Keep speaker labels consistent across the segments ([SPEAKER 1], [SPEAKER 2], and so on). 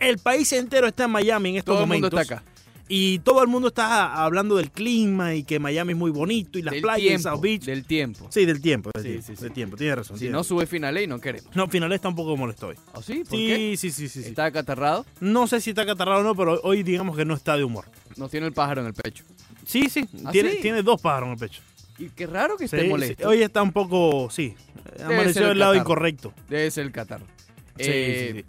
[SPEAKER 1] El país entero está en Miami en estos
[SPEAKER 2] Todo el mundo
[SPEAKER 1] momentos.
[SPEAKER 2] está acá.
[SPEAKER 1] Y todo el mundo está hablando del clima y que Miami es muy bonito y las
[SPEAKER 2] Del
[SPEAKER 1] playas
[SPEAKER 2] tiempo,
[SPEAKER 1] y South Beach.
[SPEAKER 2] Del tiempo.
[SPEAKER 1] Sí, del tiempo, del,
[SPEAKER 2] Sí,
[SPEAKER 1] tiempo,
[SPEAKER 2] sí, sí.
[SPEAKER 1] del tiempo, tienes razón.
[SPEAKER 2] Si
[SPEAKER 1] tienes
[SPEAKER 2] no
[SPEAKER 1] razón.
[SPEAKER 2] sube finales no queremos.
[SPEAKER 1] no, finales tampoco molesto hoy.
[SPEAKER 2] ¿O sí? ¿Por qué?
[SPEAKER 1] Sí, sí, sí, sí, sí.
[SPEAKER 2] Está acatarrado,
[SPEAKER 1] No sé si está catarrado o no, pero hoy digamos que no está de humor.
[SPEAKER 2] nos tiene el pájaro en el pecho.
[SPEAKER 1] Sí, sí,
[SPEAKER 2] ¿Ah,
[SPEAKER 1] tiene,
[SPEAKER 2] sí?
[SPEAKER 1] tiene dos pájaros en el pecho.
[SPEAKER 2] Y qué raro que
[SPEAKER 1] Sí,
[SPEAKER 2] esté
[SPEAKER 1] sí.
[SPEAKER 2] molesto.
[SPEAKER 1] Hoy está un poco, sí,
[SPEAKER 2] ser
[SPEAKER 1] amaneció
[SPEAKER 2] el
[SPEAKER 1] del lado
[SPEAKER 2] catarro.
[SPEAKER 1] incorrecto.
[SPEAKER 2] Debe ser el catarro.
[SPEAKER 1] Sí,
[SPEAKER 2] Eh,
[SPEAKER 1] sí, sí.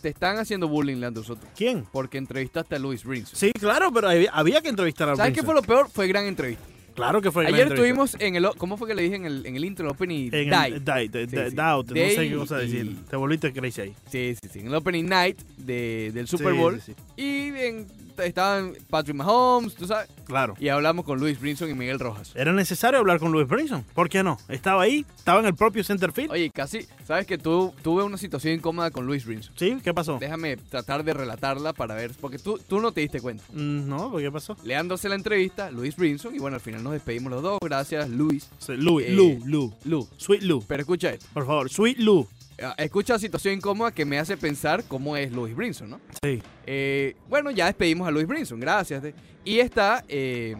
[SPEAKER 2] Te están haciendo bullying, Leandro Soto,
[SPEAKER 1] ¿Quién?
[SPEAKER 2] porque entrevistaste a Luis Brinson.
[SPEAKER 1] Sí, claro, pero había, había que entrevistar a
[SPEAKER 2] ¿Sabes qué fue lo peor? Fue gran entrevista.
[SPEAKER 1] Claro que fue gran
[SPEAKER 2] Ayer
[SPEAKER 1] entrevista.
[SPEAKER 2] tuvimos en el... o- ¿Cómo fue que le dije en el, en el intro, el opening
[SPEAKER 1] en
[SPEAKER 2] night?
[SPEAKER 1] el Diet, eh,
[SPEAKER 2] Sí,
[SPEAKER 1] da-
[SPEAKER 2] sí.
[SPEAKER 1] doubt, no sé
[SPEAKER 2] Day
[SPEAKER 1] qué cosa
[SPEAKER 2] y-
[SPEAKER 1] decir. Te volviste crazy ahí.
[SPEAKER 2] Sí, sí, sí. En el opening night de- del Super
[SPEAKER 1] Sí,
[SPEAKER 2] Bowl.
[SPEAKER 1] sí, sí.
[SPEAKER 2] Y en- estaban Patrick Mahomes, tú sabes.
[SPEAKER 1] Claro.
[SPEAKER 2] Y hablamos con Luis Brinson y Miguel Rojas.
[SPEAKER 1] Era necesario hablar con Luis Brinson. ¿Por qué no? Estaba ahí, estaba en el propio Centerfield.
[SPEAKER 2] Oye, casi, ¿sabes que tú, tuve una situación incómoda con Luis Brinson?
[SPEAKER 1] ¿Sí? ¿Qué pasó?
[SPEAKER 2] Déjame tratar de relatarla para ver, porque tú, tú no te diste cuenta.
[SPEAKER 1] Mm, No, ¿por qué pasó?
[SPEAKER 2] Leandro hace la entrevista, Luis Brinson, y bueno, al final nos despedimos los dos. Gracias, Luis.
[SPEAKER 1] Sí, Lou,
[SPEAKER 2] Eh,
[SPEAKER 1] Lou, Lou.
[SPEAKER 2] Lu.
[SPEAKER 1] Sweet Lou.
[SPEAKER 2] Pero escucha esto.
[SPEAKER 1] Por favor, Sweet Lou.
[SPEAKER 2] Ah, Escucha la situación incómoda que me hace pensar cómo es Luis Brinson, ¿no?
[SPEAKER 1] Sí.
[SPEAKER 2] Eh, bueno, ya despedimos a Luis Brinson, gracias. de- Y está eh,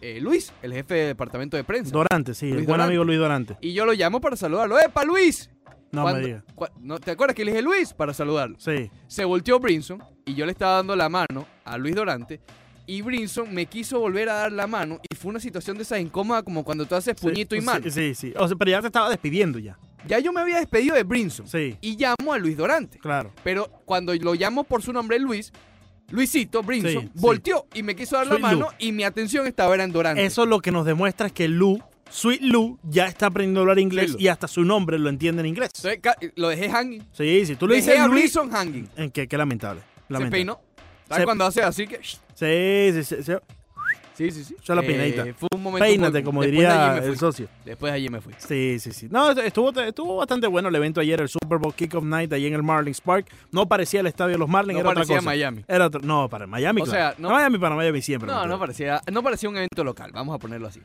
[SPEAKER 2] eh, Luis, el jefe del departamento de prensa.
[SPEAKER 1] Dorante, sí, el
[SPEAKER 2] Luis
[SPEAKER 1] buen
[SPEAKER 2] Dorante.
[SPEAKER 1] amigo Luis Dorante.
[SPEAKER 2] y yo lo llamo para saludarlo. ¡Epa, Luis!
[SPEAKER 1] No
[SPEAKER 2] Cuando-
[SPEAKER 1] me digas.
[SPEAKER 2] cua- no, ¿Te acuerdas que le dije Luis para saludarlo?
[SPEAKER 1] Sí.
[SPEAKER 2] Se volteó Brinson y yo le estaba dando la mano a Luis Dorante. Y Brinson me quiso volver a dar la mano y fue una situación de esa incómoda como cuando tú haces puñito
[SPEAKER 1] sí,
[SPEAKER 2] y mano.
[SPEAKER 1] Sí, sí, sí. O sea, pero ya te estaba despidiendo ya.
[SPEAKER 2] Ya yo me había despedido de Brinson
[SPEAKER 1] Sí,
[SPEAKER 2] y llamo a Luis Dorante.
[SPEAKER 1] claro.
[SPEAKER 2] Pero cuando lo llamo por su nombre Luis, Luisito Brinson,
[SPEAKER 1] Sí, sí.
[SPEAKER 2] volteó y me quiso dar la
[SPEAKER 1] Sweet
[SPEAKER 2] mano
[SPEAKER 1] Lou.
[SPEAKER 2] y mi atención estaba era en Dorante.
[SPEAKER 1] Eso lo que nos demuestra es que Lou, Sweet Lou, ya está aprendiendo a hablar inglés
[SPEAKER 2] Lou.
[SPEAKER 1] y hasta su nombre lo entiende en inglés. Sí,
[SPEAKER 2] Entonces, ca- lo dejé hanging.
[SPEAKER 1] sí. Tú le
[SPEAKER 2] Dejé
[SPEAKER 1] dices
[SPEAKER 2] a
[SPEAKER 1] Luis.
[SPEAKER 2] Brinson hanging.
[SPEAKER 1] En que, qué lamentable.
[SPEAKER 2] Se
[SPEAKER 1] lamentable.
[SPEAKER 2] peinó. ¿Sabes
[SPEAKER 1] Se-
[SPEAKER 2] cuando hace así que...
[SPEAKER 1] Sí, sí, sí. sí.
[SPEAKER 2] Sí, sí, sí.
[SPEAKER 1] Yo la peinadita.
[SPEAKER 2] Fue un momento...
[SPEAKER 1] Peínate,
[SPEAKER 2] muy-
[SPEAKER 1] como
[SPEAKER 2] después de allí
[SPEAKER 1] diría
[SPEAKER 2] me fui.
[SPEAKER 1] el socio.
[SPEAKER 2] Después de allí me fui.
[SPEAKER 1] Sí, sí, sí. No, estuvo, estuvo bastante bueno el evento ayer, el Super Bowl Kickoff Night allí en el Marlins Park. No parecía el estadio de los Marlins,
[SPEAKER 2] No
[SPEAKER 1] era otra
[SPEAKER 2] parecía
[SPEAKER 1] cosa.
[SPEAKER 2] Miami.
[SPEAKER 1] Era otro- no, para Miami,
[SPEAKER 2] O
[SPEAKER 1] claro.
[SPEAKER 2] sea, no-
[SPEAKER 1] Miami para Miami siempre.
[SPEAKER 2] No, no
[SPEAKER 1] para...
[SPEAKER 2] parecía, no parecía un evento local, vamos a ponerlo así.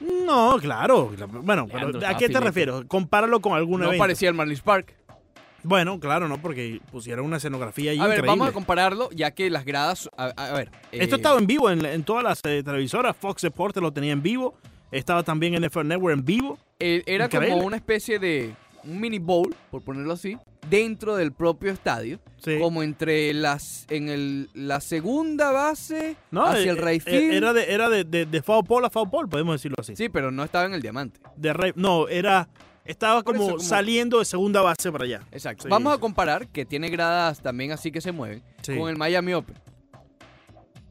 [SPEAKER 1] No, claro. Bueno, pero
[SPEAKER 2] Leandro,
[SPEAKER 1] ¿a qué te
[SPEAKER 2] papi,
[SPEAKER 1] refieres? Compáralo con algún
[SPEAKER 2] no
[SPEAKER 1] evento.
[SPEAKER 2] parecía el Marlins Park.
[SPEAKER 1] Bueno, claro, no, porque pusieron una escenografía ahí
[SPEAKER 2] A ver,
[SPEAKER 1] increíble.
[SPEAKER 2] vamos a compararlo, ya que las gradas. A, a- a ver.
[SPEAKER 1] Esto
[SPEAKER 2] eh,
[SPEAKER 1] estaba en vivo en, en todas las eh, televisoras. Fox Deportes lo tenía en vivo. Estaba también en NFL Network en vivo.
[SPEAKER 2] eh, Era como
[SPEAKER 1] increíble.
[SPEAKER 2] una especie de. Un mini bowl, por ponerlo así, dentro del propio estadio.
[SPEAKER 1] Sí.
[SPEAKER 2] Como entre las. En el, la segunda base.
[SPEAKER 1] No,
[SPEAKER 2] hacia
[SPEAKER 1] eh,
[SPEAKER 2] Ah, el right
[SPEAKER 1] eh,
[SPEAKER 2] field.
[SPEAKER 1] Era de, era de, de, de foul pole a foul pole, podemos decirlo así.
[SPEAKER 2] Sí, pero no estaba en el diamante.
[SPEAKER 1] De right- no, era. Estaba
[SPEAKER 2] Por
[SPEAKER 1] como,
[SPEAKER 2] eso, como-
[SPEAKER 1] saliendo de segunda base para allá.
[SPEAKER 2] Exacto.
[SPEAKER 1] Sí,
[SPEAKER 2] vamos a
[SPEAKER 1] sí.
[SPEAKER 2] comparar, que tiene gradas también así que se mueven,
[SPEAKER 1] Sí.
[SPEAKER 2] con el Miami Open.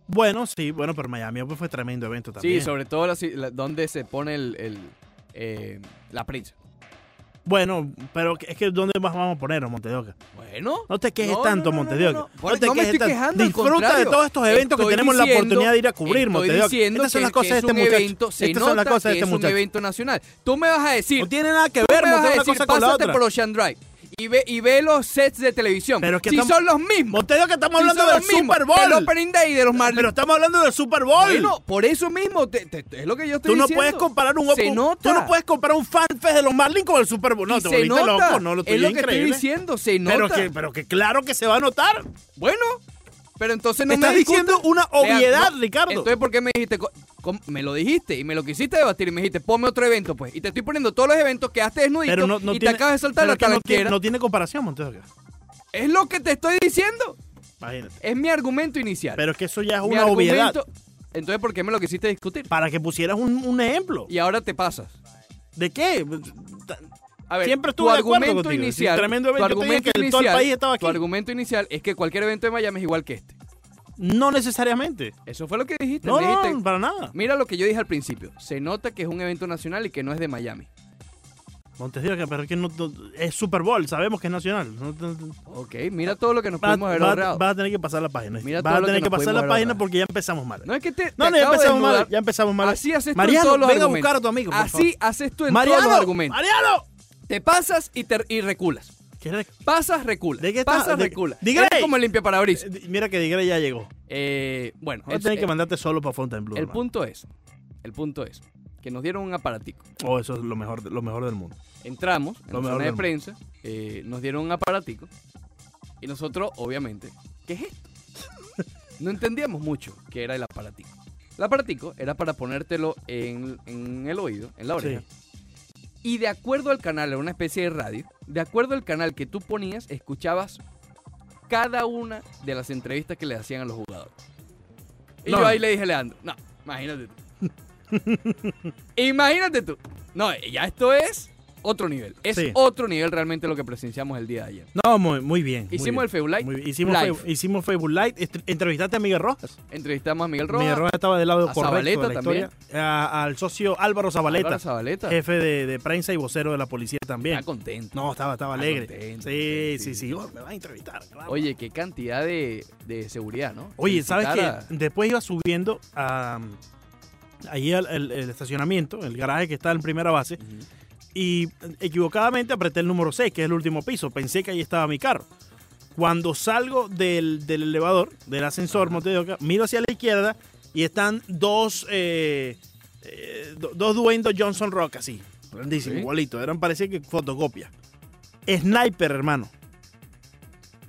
[SPEAKER 1] Bueno, sí, bueno, pero Miami pues, fue tremendo evento también.
[SPEAKER 2] Sí, sobre todo la- la- donde se pone el, el, eh, la prensa.
[SPEAKER 1] Bueno, pero es que ¿dónde más vamos a ponernos, Montedoca?
[SPEAKER 2] Bueno.
[SPEAKER 1] No te quejes
[SPEAKER 2] No,
[SPEAKER 1] tanto,
[SPEAKER 2] no, no, no,
[SPEAKER 1] Montedoca.
[SPEAKER 2] no, no. Por-
[SPEAKER 1] te
[SPEAKER 2] no me
[SPEAKER 1] quejes
[SPEAKER 2] estoy
[SPEAKER 1] tanto.
[SPEAKER 2] quejando, al
[SPEAKER 1] Disfruta de
[SPEAKER 2] contrario.
[SPEAKER 1] todos estos eventos que
[SPEAKER 2] Estoy
[SPEAKER 1] tenemos la
[SPEAKER 2] diciendo-
[SPEAKER 1] oportunidad de ir a cubrir,
[SPEAKER 2] estoy
[SPEAKER 1] Montedoca.
[SPEAKER 2] diciendo
[SPEAKER 1] Estas son
[SPEAKER 2] que-
[SPEAKER 1] las
[SPEAKER 2] que
[SPEAKER 1] cosas de
[SPEAKER 2] es
[SPEAKER 1] este
[SPEAKER 2] un
[SPEAKER 1] muchacho.
[SPEAKER 2] evento- se
[SPEAKER 1] Estas son las
[SPEAKER 2] nota
[SPEAKER 1] cosas de
[SPEAKER 2] que
[SPEAKER 1] este
[SPEAKER 2] es un
[SPEAKER 1] muchacho.
[SPEAKER 2] evento nacional. Tú me vas a decir,
[SPEAKER 1] No tiene nada que
[SPEAKER 2] tú
[SPEAKER 1] ver,
[SPEAKER 2] me vas a
[SPEAKER 1] Montedoca, una
[SPEAKER 2] decir,
[SPEAKER 1] cosa con la
[SPEAKER 2] pásate
[SPEAKER 1] otra.
[SPEAKER 2] por Ocean Drive y ve, y ve los sets de televisión.
[SPEAKER 1] Pero es que
[SPEAKER 2] si
[SPEAKER 1] estamos-
[SPEAKER 2] son los mismos.
[SPEAKER 1] Montedoca, estamos
[SPEAKER 2] si
[SPEAKER 1] hablando
[SPEAKER 2] son
[SPEAKER 1] del
[SPEAKER 2] los mismos,
[SPEAKER 1] Super Bowl.
[SPEAKER 2] Del Opening Day de los
[SPEAKER 1] Pero
[SPEAKER 2] Marlins.
[SPEAKER 1] estamos hablando del Super Bowl.
[SPEAKER 2] Bueno, por eso mismo te- te- te- es lo que yo estoy
[SPEAKER 1] Tú no
[SPEAKER 2] diciendo.
[SPEAKER 1] puedes comparar un
[SPEAKER 2] Se
[SPEAKER 1] un-
[SPEAKER 2] nota.
[SPEAKER 1] Tú no puedes comparar un fanfest de los Marlins con el Super Bowl. No,
[SPEAKER 2] Y
[SPEAKER 1] te
[SPEAKER 2] se
[SPEAKER 1] volviste
[SPEAKER 2] nota.
[SPEAKER 1] loco, no lo tuyo
[SPEAKER 2] es lo que
[SPEAKER 1] increíble.
[SPEAKER 2] estoy diciendo, se nota.
[SPEAKER 1] pero que, pero que claro que se va a notar.
[SPEAKER 2] Bueno, pero entonces no
[SPEAKER 1] Estás
[SPEAKER 2] me discutas.
[SPEAKER 1] diciendo una
[SPEAKER 2] Vean,
[SPEAKER 1] obviedad,
[SPEAKER 2] no,
[SPEAKER 1] Ricardo.
[SPEAKER 2] Entonces, ¿por qué me dijiste? co- com- Me lo dijiste y me lo quisiste debatir y me dijiste, ponme otro evento, pues. Y te estoy poniendo todos los eventos, quedaste desnudito
[SPEAKER 1] pero no, no
[SPEAKER 2] y
[SPEAKER 1] tiene,
[SPEAKER 2] te acabas de soltar
[SPEAKER 1] pero
[SPEAKER 2] la
[SPEAKER 1] es que no tiene,
[SPEAKER 2] talanquera.
[SPEAKER 1] no tiene comparación, Montedoca.
[SPEAKER 2] Es lo que te estoy diciendo.
[SPEAKER 1] Imagínate.
[SPEAKER 2] Es mi argumento inicial.
[SPEAKER 1] Pero es que eso ya es
[SPEAKER 2] Mi
[SPEAKER 1] una obviedad.
[SPEAKER 2] argumento- Entonces, ¿por qué me lo quisiste discutir?
[SPEAKER 1] Para que pusieras un, un ejemplo.
[SPEAKER 2] Y ahora te pasas.
[SPEAKER 1] ¿De qué?
[SPEAKER 2] A ver,
[SPEAKER 1] Siempre
[SPEAKER 2] tu
[SPEAKER 1] estuve de acuerdo
[SPEAKER 2] argumento
[SPEAKER 1] contigo. Sí,
[SPEAKER 2] inicial,
[SPEAKER 1] tremendo evento.
[SPEAKER 2] tu
[SPEAKER 1] Yo te dije
[SPEAKER 2] argumento
[SPEAKER 1] que el-
[SPEAKER 2] inicial,
[SPEAKER 1] todo el país estaba
[SPEAKER 2] Tu
[SPEAKER 1] aquí.
[SPEAKER 2] argumento inicial es que cualquier evento de Miami es igual que este.
[SPEAKER 1] No necesariamente.
[SPEAKER 2] Eso fue lo que dijiste.
[SPEAKER 1] No,
[SPEAKER 2] me dijiste,
[SPEAKER 1] no, para nada.
[SPEAKER 2] Mira lo que yo dije al principio. Se nota que es un evento nacional y que no es de Miami.
[SPEAKER 1] Montedoca, pero es que no, no- es Super Bowl, sabemos que es nacional. No- no- no-
[SPEAKER 2] Ok, mira todo lo que nos
[SPEAKER 1] Vas,
[SPEAKER 2] pudimos haber
[SPEAKER 1] vas-
[SPEAKER 2] ahorrado.
[SPEAKER 1] vas a tener que pasar la página.
[SPEAKER 2] Mira
[SPEAKER 1] vas
[SPEAKER 2] todo
[SPEAKER 1] a
[SPEAKER 2] lo
[SPEAKER 1] tener
[SPEAKER 2] que
[SPEAKER 1] que,
[SPEAKER 2] nos
[SPEAKER 1] pasar la
[SPEAKER 2] pudimos
[SPEAKER 1] página
[SPEAKER 2] ahorrar.
[SPEAKER 1] porque ya empezamos mal.
[SPEAKER 2] No es que te. te
[SPEAKER 1] No, no, ya
[SPEAKER 2] acabo de
[SPEAKER 1] empezamos mal,
[SPEAKER 2] desnudar.
[SPEAKER 1] ya empezamos mal.
[SPEAKER 2] Así haces tú en
[SPEAKER 1] Mariano,
[SPEAKER 2] todos los
[SPEAKER 1] ven a
[SPEAKER 2] argumentos.
[SPEAKER 1] buscar a tu amigo, por
[SPEAKER 2] Así haces tú en
[SPEAKER 1] Mariano,
[SPEAKER 2] todos los argumentos.
[SPEAKER 1] Mariano.
[SPEAKER 2] Te pasas y, te, y reculas.
[SPEAKER 1] ¿Qué era?
[SPEAKER 2] Pasas, reculas.
[SPEAKER 1] ¿De qué está-
[SPEAKER 2] pasas,
[SPEAKER 1] de-
[SPEAKER 2] reculas.
[SPEAKER 1] Diga,
[SPEAKER 2] Eres
[SPEAKER 1] ey.
[SPEAKER 2] como el limpia parabrisas.
[SPEAKER 1] Eh, di- Mira que Digre ya llegó.
[SPEAKER 2] Eh, bueno,
[SPEAKER 1] Ahora
[SPEAKER 2] el-
[SPEAKER 1] tenés que
[SPEAKER 2] el-
[SPEAKER 1] mandarte solo para Fontainebleau.
[SPEAKER 2] el
[SPEAKER 1] hermano.
[SPEAKER 2] punto es, el punto es que nos dieron un aparatico.
[SPEAKER 1] Oh, eso es lo mejor, de- lo mejor del mundo.
[SPEAKER 2] Entramos en
[SPEAKER 1] Lo mejor
[SPEAKER 2] la zona de
[SPEAKER 1] del mundo.
[SPEAKER 2] prensa, eh, nos dieron un aparatico Y nosotros, obviamente, ¿qué es esto? No entendíamos mucho qué era el aparatico. El aparatico era para ponértelo en, en el oído, en la oreja. Y de acuerdo al canal, era una especie de radio, de acuerdo al canal que tú ponías, escuchabas cada una de las entrevistas que le hacían a los jugadores. Y
[SPEAKER 1] No.
[SPEAKER 2] yo ahí le dije a Leandro, no, imagínate tú. imagínate tú. No, ya esto es otro nivel. Es
[SPEAKER 1] Sí.
[SPEAKER 2] otro nivel realmente lo que presenciamos el día de ayer.
[SPEAKER 1] No, muy, muy bien. muy
[SPEAKER 2] Hicimos
[SPEAKER 1] bien.
[SPEAKER 2] el Febulite
[SPEAKER 1] Muy bien. Hicimos,
[SPEAKER 2] live.
[SPEAKER 1] fe- hicimos Facebook Live. Est- Entrevistaste a Miguel Rojas.
[SPEAKER 2] Entrevistamos a Miguel Rojas.
[SPEAKER 1] Miguel Rojas estaba del lado
[SPEAKER 2] a
[SPEAKER 1] correcto de la historia.
[SPEAKER 2] Zabaleta
[SPEAKER 1] A- al socio Álvaro Zabaleta,
[SPEAKER 2] Álvaro Zabaleta.
[SPEAKER 1] jefe de, de prensa y vocero de la policía también.
[SPEAKER 2] Está contento.
[SPEAKER 1] No, estaba, estaba
[SPEAKER 2] Ah,
[SPEAKER 1] alegre.
[SPEAKER 2] contento,
[SPEAKER 1] sí,
[SPEAKER 2] contento.
[SPEAKER 1] sí, sí, Oh, me van a entrevistar. claro.
[SPEAKER 2] Oye, qué cantidad de, de seguridad, ¿no?
[SPEAKER 1] Oye, ¿sabes
[SPEAKER 2] Felicitar
[SPEAKER 1] qué? Después iba subiendo a, allí al el- el estacionamiento, el garaje que está en primera base,
[SPEAKER 2] a- Ujú.
[SPEAKER 1] y equivocadamente apreté el número 6, que es el último piso. Pensé que ahí estaba mi carro. Cuando salgo del, del elevador, del ascensor,
[SPEAKER 2] Ajá.
[SPEAKER 1] Monte de Oca, miro hacia la izquierda y están dos, eh, eh, do- dos duendos Johnson Rock así. Grandísimo,
[SPEAKER 2] Sí.
[SPEAKER 1] igualito. Eran, parecía que fotocopia. Sniper, hermano.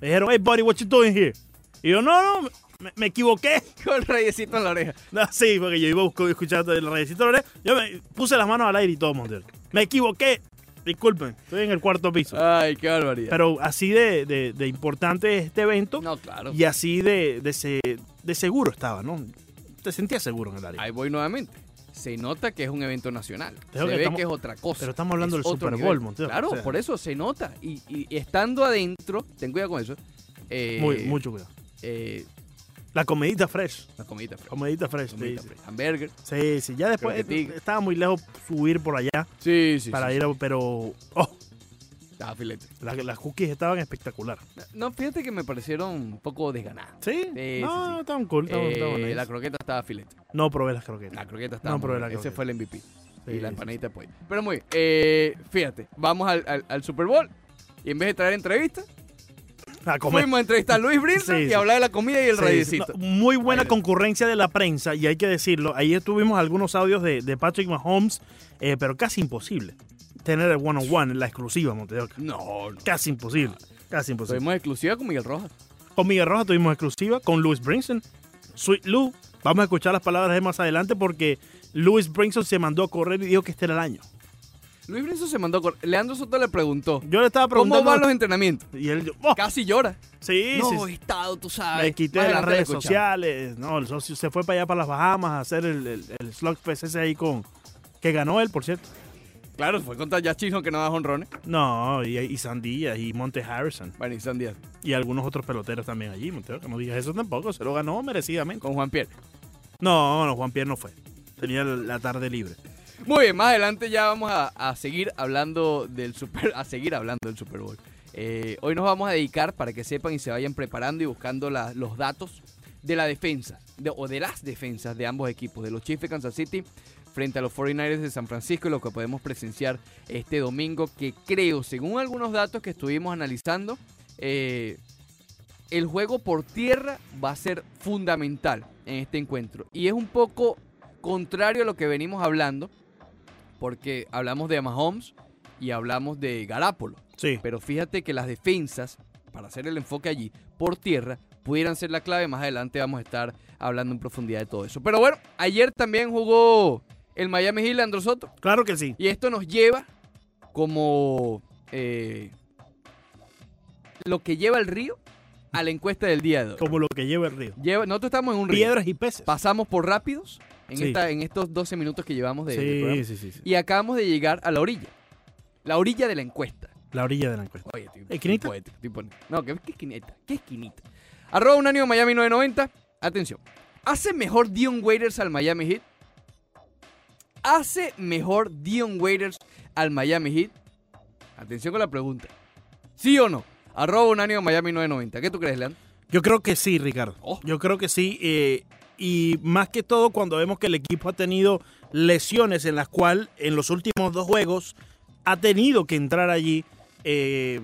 [SPEAKER 1] Me dijeron, hey, buddy, what you doing here? Y yo, no, no, me- me equivoqué.
[SPEAKER 2] Con el rayecito en la oreja.
[SPEAKER 1] No, sí, porque yo iba buscando, escuchando el radiecito Lore. Yo me puse las manos al aire y todo, Montiel. Me equivoqué. Disculpen, estoy en el cuarto piso.
[SPEAKER 2] Ay, qué barbaridad.
[SPEAKER 1] Pero así de, de- de importante es este evento
[SPEAKER 2] no, claro.
[SPEAKER 1] y así de, de, se- de seguro estaba, ¿no? Te sentías seguro en el área.
[SPEAKER 2] Ahí voy nuevamente. Se nota que es un evento nacional. Se
[SPEAKER 1] que
[SPEAKER 2] ve
[SPEAKER 1] estamos-
[SPEAKER 2] que es otra cosa.
[SPEAKER 1] pero estamos hablando
[SPEAKER 2] Es
[SPEAKER 1] del
[SPEAKER 2] otro
[SPEAKER 1] Super
[SPEAKER 2] nivel.
[SPEAKER 1] Bowl, Montero,
[SPEAKER 2] Claro,
[SPEAKER 1] o sea.
[SPEAKER 2] por eso se nota. Y, y- y estando adentro, ten cuidado con eso. eh,
[SPEAKER 1] Muy, mucho cuidado.
[SPEAKER 2] eh, pues.
[SPEAKER 1] La comedita fresh.
[SPEAKER 2] la comidita fresca.
[SPEAKER 1] Comedita fresh, te
[SPEAKER 2] comidita
[SPEAKER 1] Este dice.
[SPEAKER 2] fresca. pues, Hamburger.
[SPEAKER 1] Sí, sí. Ya después
[SPEAKER 2] Croquetín.
[SPEAKER 1] eh, estaba muy lejos subir por allá
[SPEAKER 2] Sí, sí.
[SPEAKER 1] para
[SPEAKER 2] sí,
[SPEAKER 1] ir a... Pero... Oh,
[SPEAKER 2] sí. Estaba filete.
[SPEAKER 1] las, las cookies estaban espectacular.
[SPEAKER 2] No, fíjate que me parecieron un poco desganadas.
[SPEAKER 1] ¿Sí?
[SPEAKER 2] Sí,
[SPEAKER 1] no,
[SPEAKER 2] sí, sí.
[SPEAKER 1] estaban cool, estaban,
[SPEAKER 2] Eh,
[SPEAKER 1] estaban nice.
[SPEAKER 2] la croqueta estaba filete.
[SPEAKER 1] No probé las croquetas.
[SPEAKER 2] La croqueta estaba.
[SPEAKER 1] No, pero
[SPEAKER 2] muy
[SPEAKER 1] la
[SPEAKER 2] buena. Ese
[SPEAKER 1] croqueta.
[SPEAKER 2] fue el MVP. y
[SPEAKER 1] Sí,
[SPEAKER 2] la
[SPEAKER 1] sí, sí.
[SPEAKER 2] empanadita de pollo. Pero muy bien. eh, fíjate, vamos al, al- al Super Bowl. Y en vez de traer entrevistas,
[SPEAKER 1] A comer.
[SPEAKER 2] fuimos a entrevistar a Luis Brinson
[SPEAKER 1] Sí,
[SPEAKER 2] y
[SPEAKER 1] sí.
[SPEAKER 2] hablar de la comida y el
[SPEAKER 1] Sí,
[SPEAKER 2] radiecito.
[SPEAKER 1] no, muy buena
[SPEAKER 2] Radiecito.
[SPEAKER 1] concurrencia de la prensa, y hay que decirlo. Ahí tuvimos algunos audios de, de Patrick Mahomes, eh, pero casi imposible tener el one-on-one, la exclusiva Monteoca.
[SPEAKER 2] No, no.
[SPEAKER 1] Casi imposible. Casi imposible.
[SPEAKER 2] Tuvimos exclusiva con Miguel Rojas.
[SPEAKER 1] Con Miguel Rojas tuvimos exclusiva, con Louis Brinson. Sweet Lou. Vamos a escuchar las palabras de él más adelante porque Louis Brinson se mandó a correr y dijo que este era el año.
[SPEAKER 2] Luis Brinson se mandó a cor- Leandro Soto le preguntó,
[SPEAKER 1] Yo le estaba
[SPEAKER 2] ¿cómo
[SPEAKER 1] preguntando.
[SPEAKER 2] van los entrenamientos?
[SPEAKER 1] Y él, oh,
[SPEAKER 2] Casi llora.
[SPEAKER 1] sí, sí, sí.
[SPEAKER 2] no, he estado, tú sabes.
[SPEAKER 1] Me quité
[SPEAKER 2] Más
[SPEAKER 1] de las
[SPEAKER 2] adelante la
[SPEAKER 1] redes
[SPEAKER 2] escuchamos.
[SPEAKER 1] sociales. No, el socio se fue para allá, para las Bahamas, a hacer el, el, el Slugfest ese ahí con... Que ganó él, por cierto.
[SPEAKER 2] Claro, fue contra Yachino que no da honrones.
[SPEAKER 1] No, y, y Sandías, y Monte Harrison,
[SPEAKER 2] Bueno, y Sandías,
[SPEAKER 1] y algunos otros peloteros también allí. Montero, que no digas eso tampoco, se lo ganó merecidamente.
[SPEAKER 2] con Juan Pierre.
[SPEAKER 1] No, no, Juan Pierre no fue. Tenía la tarde libre.
[SPEAKER 2] Muy bien, más adelante ya vamos a, a seguir hablando del Super a seguir hablando del Super Bowl. Eh, hoy nos vamos a dedicar para que sepan y se vayan preparando y buscando la- los datos de la defensa de- o de las defensas de ambos equipos, de los Chiefs de Kansas City frente a los 49ers de San Francisco y lo que podemos presenciar este domingo que creo, según algunos datos que estuvimos analizando, eh, el juego por tierra va a ser fundamental en este encuentro. Y es un poco contrario a lo que venimos hablando, porque hablamos de Mahomes y hablamos de Garápolo.
[SPEAKER 1] Sí,
[SPEAKER 2] Pero fíjate que las defensas, para hacer el enfoque allí, por tierra, pudieran ser la clave. Más adelante vamos a estar hablando en profundidad de todo eso. Pero bueno, ayer también jugó el Miami Heat Leandro Soto.
[SPEAKER 1] claro que sí.
[SPEAKER 2] Y esto nos lleva como eh, lo que lleva el río a la encuesta del día de hoy.
[SPEAKER 1] Como lo que lleva el río.
[SPEAKER 2] Lleva- nosotros estamos en un río.
[SPEAKER 1] Piedras y peces.
[SPEAKER 2] Pasamos por rápidos en,
[SPEAKER 1] Sí.
[SPEAKER 2] esta- en estos 12 minutos que llevamos de, de programa.
[SPEAKER 1] Sí, sí, sí, sí.
[SPEAKER 2] Y acabamos de llegar a la orilla. La orilla de la encuesta.
[SPEAKER 1] La orilla de la encuesta.
[SPEAKER 2] Oye, estoy,
[SPEAKER 1] ¿Esquinita?
[SPEAKER 2] estoy poético, estoy pone- No, ¿qué, qué esquinita? ¿Qué esquinita? Arroba Unánimo Miami 990. Atención. ¿Hace mejor Dion Waiters al Miami Heat? ¿Hace mejor Dion Waiters al Miami Heat? Atención con la pregunta. ¿Sí o no? Arroba Unánimo Miami 990. ¿Qué tú crees, Leandro?
[SPEAKER 1] Yo creo que sí, Ricardo.
[SPEAKER 2] Oh.
[SPEAKER 1] Yo creo que sí. eh, y más que todo cuando vemos que el equipo ha tenido lesiones en las cuales en los últimos dos juegos ha tenido que entrar allí eh,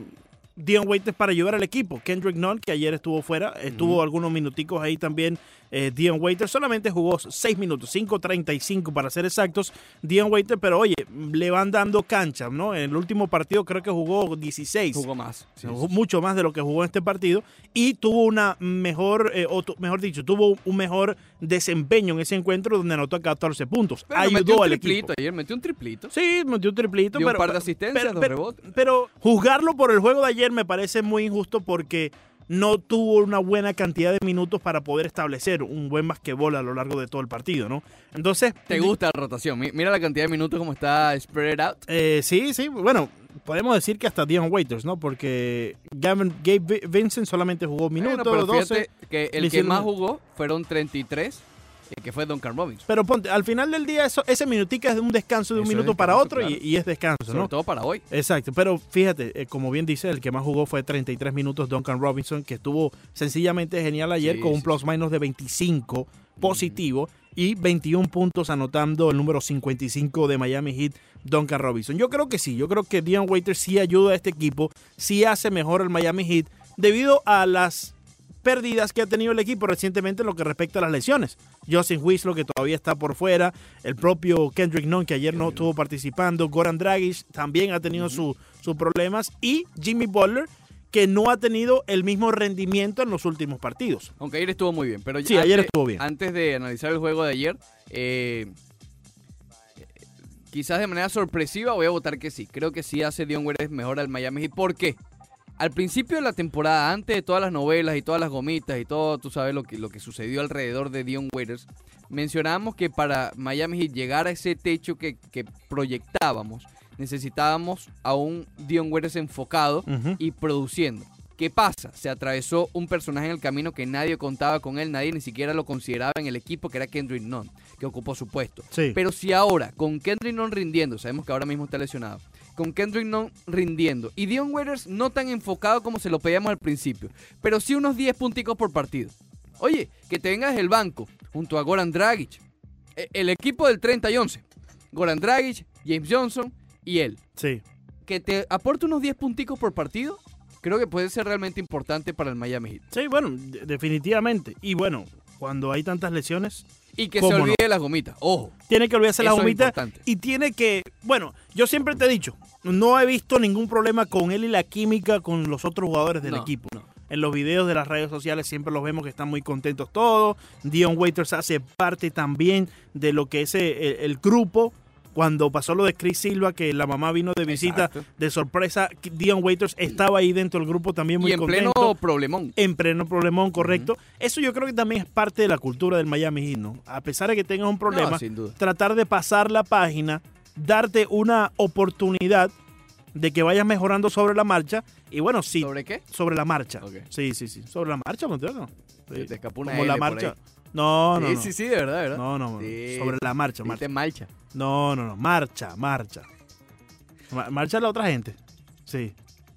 [SPEAKER 1] Dion Waiters para ayudar al equipo. Kendrick Nunn, que ayer estuvo fuera, estuvo algunos minuticos ahí también. eh, Dion Waiters solamente jugó 6 minutos, 5.35 para ser exactos. Dion Waiters, pero oye, le van dando cancha, ¿no? En el último partido creo que jugó 16.
[SPEAKER 2] Jugó más. sí,
[SPEAKER 1] Jugó mucho más de lo que jugó en este partido y tuvo una mejor, eh, o tu- mejor dicho, tuvo un mejor desempeño en ese encuentro donde anotó 14 puntos.
[SPEAKER 2] Pero metió
[SPEAKER 1] Ayudó
[SPEAKER 2] un
[SPEAKER 1] al
[SPEAKER 2] triplito
[SPEAKER 1] equipo.
[SPEAKER 2] ayer, metió un triplito.
[SPEAKER 1] Sí, metió un triplito,
[SPEAKER 2] Dio
[SPEAKER 1] pero,
[SPEAKER 2] un par de asistencias,
[SPEAKER 1] pero-
[SPEAKER 2] dos
[SPEAKER 1] pero-
[SPEAKER 2] rebotes.
[SPEAKER 1] pero juzgarlo por el juego de ayer me parece muy injusto porque no tuvo una buena cantidad de minutos para poder establecer un buen basquetbol a lo largo de todo el partido, ¿no? Entonces,
[SPEAKER 2] Te gusta la rotación. Mi- Mira la cantidad de minutos como está spread out.
[SPEAKER 1] Eh, sí, sí, bueno, podemos decir que hasta Dion Waiters, ¿no? Porque Gavin, Gabe Vi- Vincent solamente jugó
[SPEAKER 2] Bueno,
[SPEAKER 1] minutos,
[SPEAKER 2] pero
[SPEAKER 1] 12.
[SPEAKER 2] fíjate que
[SPEAKER 1] le
[SPEAKER 2] el que
[SPEAKER 1] hicieron-
[SPEAKER 2] más jugó fueron 33, eh, que fue Duncan Robinson.
[SPEAKER 1] Pero ponte, al final del día eso, ese minutico es de un descanso de un
[SPEAKER 2] Eso es
[SPEAKER 1] minuto para
[SPEAKER 2] descanso,
[SPEAKER 1] otro y-
[SPEAKER 2] claro.
[SPEAKER 1] y, es descanso,
[SPEAKER 2] Sobre
[SPEAKER 1] ¿no?
[SPEAKER 2] todo para hoy.
[SPEAKER 1] Exacto, pero fíjate, eh, como bien dice, el que más jugó fue 33 minutos Duncan Robinson, que estuvo sencillamente genial ayer
[SPEAKER 2] Sí,
[SPEAKER 1] con un
[SPEAKER 2] sí,
[SPEAKER 1] plus minus de 25 positivo y 21 puntos anotando el número 55 de Miami Heat, Duncan Robinson. Yo creo que sí, yo creo que Dion Waiters sí ayuda a este equipo, sí hace mejor al Miami Heat debido a las pérdidas que ha tenido el equipo recientemente en lo que respecta a las lesiones. Justin Winslow que todavía está por fuera, el propio Kendrick Nunn que ayer no estuvo participando, Goran Dragic también ha tenido su- sus problemas y Jimmy Butler que no ha tenido el mismo rendimiento en los últimos partidos.
[SPEAKER 2] Aunque ayer estuvo muy bien. Pero
[SPEAKER 1] Sí, ayer estuvo bien.
[SPEAKER 2] Antes de analizar el juego de ayer, eh, quizás de manera sorpresiva voy a votar que sí. Creo que sí hace Dion Waiters mejor al Miami Heat. ¿Por qué? Al principio de la temporada, antes de todas las novelas y todas las gomitas y todo, tú sabes lo que, lo que sucedió alrededor de Dion Waiters, mencionábamos que para Miami Heat llegar a ese techo que, que proyectábamos, necesitábamos a un Dion Waiters enfocado
[SPEAKER 1] Ujú.
[SPEAKER 2] y produciendo. ¿Qué pasa? Se atravesó un personaje en el camino que nadie contaba con él, nadie ni siquiera lo consideraba en el equipo, que era Kendrick Nunn, que ocupó su puesto.
[SPEAKER 1] Sí.
[SPEAKER 2] Pero si ahora, con Kendrick Nunn rindiendo, sabemos que ahora mismo está lesionado, con Kendrick Nunn rindiendo y Dion Waiters no tan enfocado como se lo pedíamos al principio, pero sí unos 10 punticos por partido. Oye, que te vengas el banco junto a Goran Dragic, e- el equipo del 30 y 11, Goran Dragic, James Johnson y él
[SPEAKER 1] Sí.
[SPEAKER 2] que te aporte unos 10 punticos por partido, creo que puede ser realmente importante para el Miami Heat.
[SPEAKER 1] Sí, bueno, de- definitivamente. Y bueno, cuando hay tantas lesiones,
[SPEAKER 2] Y que se
[SPEAKER 1] ¿Cómo no?
[SPEAKER 2] olvide de las gomitas. Ojo.
[SPEAKER 1] tiene que olvidarse la
[SPEAKER 2] Eso es
[SPEAKER 1] gomita
[SPEAKER 2] importante.
[SPEAKER 1] y tiene que, bueno, yo siempre te he dicho, no he visto ningún problema con él y la química con los otros jugadores del
[SPEAKER 2] No,
[SPEAKER 1] equipo.
[SPEAKER 2] no.
[SPEAKER 1] En los videos de las redes sociales siempre los vemos que están muy contentos todos. Dion Waiters hace parte también de lo que es eh, el, el grupo. Cuando pasó lo de Chris Silva, que la mamá vino de visita
[SPEAKER 2] Exacto.
[SPEAKER 1] de sorpresa, Dion Waiters estaba ahí dentro del grupo también muy
[SPEAKER 2] Y en
[SPEAKER 1] contento
[SPEAKER 2] pleno problemón.
[SPEAKER 1] en pleno problemón, correcto. Eso yo creo que también es parte de la cultura del Miami Heat, ¿no? A pesar de que tengas un problema,
[SPEAKER 2] No, sin duda.
[SPEAKER 1] tratar de pasar la página, darte una oportunidad de que vayas mejorando sobre la marcha. Y bueno, sí, sobre,
[SPEAKER 2] ¿Sobre qué?
[SPEAKER 1] la marcha.
[SPEAKER 2] Ok.
[SPEAKER 1] Sí, sí, sí. Sobre la marcha, Montero. Sí.
[SPEAKER 2] Se te escapó una
[SPEAKER 1] Como la
[SPEAKER 2] L por
[SPEAKER 1] marcha.
[SPEAKER 2] ahí.
[SPEAKER 1] No, no,
[SPEAKER 2] sí,
[SPEAKER 1] no.
[SPEAKER 2] sí, sí, de verdad, de verdad.
[SPEAKER 1] No, no, no.
[SPEAKER 2] Sí.
[SPEAKER 1] Sobre la marcha,
[SPEAKER 2] Sí,
[SPEAKER 1] marcha.
[SPEAKER 2] te marcha.
[SPEAKER 1] No, no, no. Marcha, marcha. Ma- Marcha la otra gente. Sí,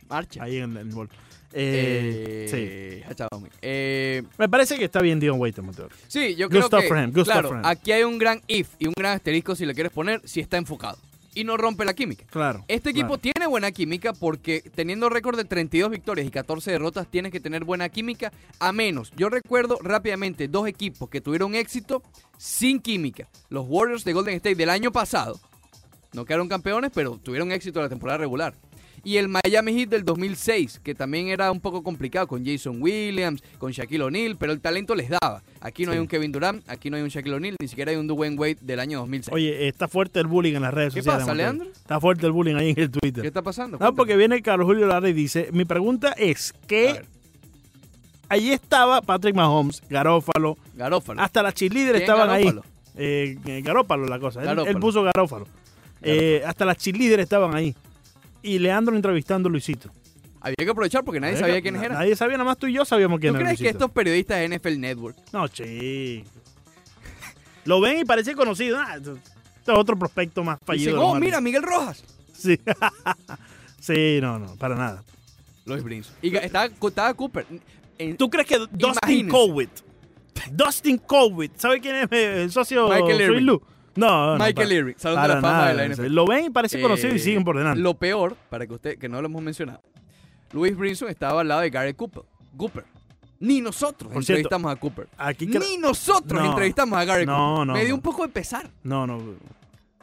[SPEAKER 2] Marcha.
[SPEAKER 1] ahí en el bol. Eh, Sí.
[SPEAKER 2] Eh, ah, chavo, mi. Eh,
[SPEAKER 1] Me parece que está bien Dion Waiters, Montero.
[SPEAKER 2] sí, yo
[SPEAKER 1] Good
[SPEAKER 2] creo
[SPEAKER 1] stuff
[SPEAKER 2] que
[SPEAKER 1] for him, good stuff
[SPEAKER 2] claro,
[SPEAKER 1] for him.
[SPEAKER 2] aquí hay un gran if y un gran asterisco si le quieres poner, si está enfocado y no rompe la química.
[SPEAKER 1] Claro.
[SPEAKER 2] Este equipo
[SPEAKER 1] claro.
[SPEAKER 2] tiene buena química porque teniendo récord de 32 victorias y 14 derrotas tienes que tener buena química a menos. Yo recuerdo rápidamente dos equipos que tuvieron éxito sin química. Los Warriors de Golden State del año pasado. No quedaron campeones, pero tuvieron éxito en la temporada regular. Y el Miami Heat del 2006, que también era un poco complicado con Jason Williams, con Shaquille O'Neal, pero el talento les daba. Aquí no hay un Kevin Durant, aquí no hay un Shaquille O'Neal, ni siquiera hay un Dwayne Wade del año 2006.
[SPEAKER 1] Oye, está fuerte el bullying en las redes
[SPEAKER 2] ¿Qué
[SPEAKER 1] sociales.
[SPEAKER 2] pasa,
[SPEAKER 1] Mateo.
[SPEAKER 2] Leandro?
[SPEAKER 1] Está fuerte el bullying ahí en el
[SPEAKER 2] ¿Qué
[SPEAKER 1] Twitter.
[SPEAKER 2] está pasando?
[SPEAKER 1] No, porque
[SPEAKER 2] Cuéntame.
[SPEAKER 1] viene Carlos Julio Lara y dice, mi pregunta es
[SPEAKER 2] A
[SPEAKER 1] que
[SPEAKER 2] ver,
[SPEAKER 1] allí estaba Patrick Mahomes, Garófalo,
[SPEAKER 2] Garófalo.
[SPEAKER 1] hasta las cheerleaders
[SPEAKER 2] ¿Quién
[SPEAKER 1] estaban
[SPEAKER 2] Garófalo?
[SPEAKER 1] ahí. Eh, eh, Garópalo la cosa, Él- Él,
[SPEAKER 2] Garópalo.
[SPEAKER 1] puso Garófalo. Eh, hasta las cheerleaders estaban ahí. Y Leandro entrevistando a Luisito.
[SPEAKER 2] Había que aprovechar porque nadie sabía quiénes eran.
[SPEAKER 1] Nadie sabía, nada más tú y yo sabíamos
[SPEAKER 2] ¿Tú
[SPEAKER 1] quién era
[SPEAKER 2] crees que
[SPEAKER 1] Luisito.
[SPEAKER 2] estos periodistas de NFL Network?
[SPEAKER 1] No, che. Lo ven y parece conocido. Ah, esto- esto es otro prospecto más fallido.
[SPEAKER 2] Dicen,
[SPEAKER 1] de los
[SPEAKER 2] oh,
[SPEAKER 1] Marlins".
[SPEAKER 2] mira, Miguel Rojas.
[SPEAKER 1] Sí. sí, no, no, para nada.
[SPEAKER 2] Lois Brins. Y ga- estaba, estaba Cooper. En-
[SPEAKER 1] ¿Tú crees que Dustin
[SPEAKER 2] Imagínense.
[SPEAKER 1] Cowitt? Dustin Cowitt, ¿sabe quién es eh, el socio
[SPEAKER 2] Michael
[SPEAKER 1] Sweet
[SPEAKER 2] Irving.
[SPEAKER 1] Lou? No, no,
[SPEAKER 2] Michael
[SPEAKER 1] para-
[SPEAKER 2] Irving, Salón de
[SPEAKER 1] para
[SPEAKER 2] la Fama
[SPEAKER 1] nada,
[SPEAKER 2] de la
[SPEAKER 1] no sé.
[SPEAKER 2] NFL.
[SPEAKER 1] Lo ven y parece conocido
[SPEAKER 2] Eh,
[SPEAKER 1] y siguen por delante.
[SPEAKER 2] Lo peor, para que usted, que no lo hemos mencionado, Luis Brinson estaba al lado de Gary Cooper. Cooper. Ni nosotros
[SPEAKER 1] Por cierto,
[SPEAKER 2] entrevistamos a Cooper.
[SPEAKER 1] Aquí que-
[SPEAKER 2] Ni nosotros
[SPEAKER 1] No.
[SPEAKER 2] entrevistamos a Gary
[SPEAKER 1] No,
[SPEAKER 2] Cooper.
[SPEAKER 1] no,
[SPEAKER 2] Me dio
[SPEAKER 1] no.
[SPEAKER 2] un poco de pesar.
[SPEAKER 1] No, no.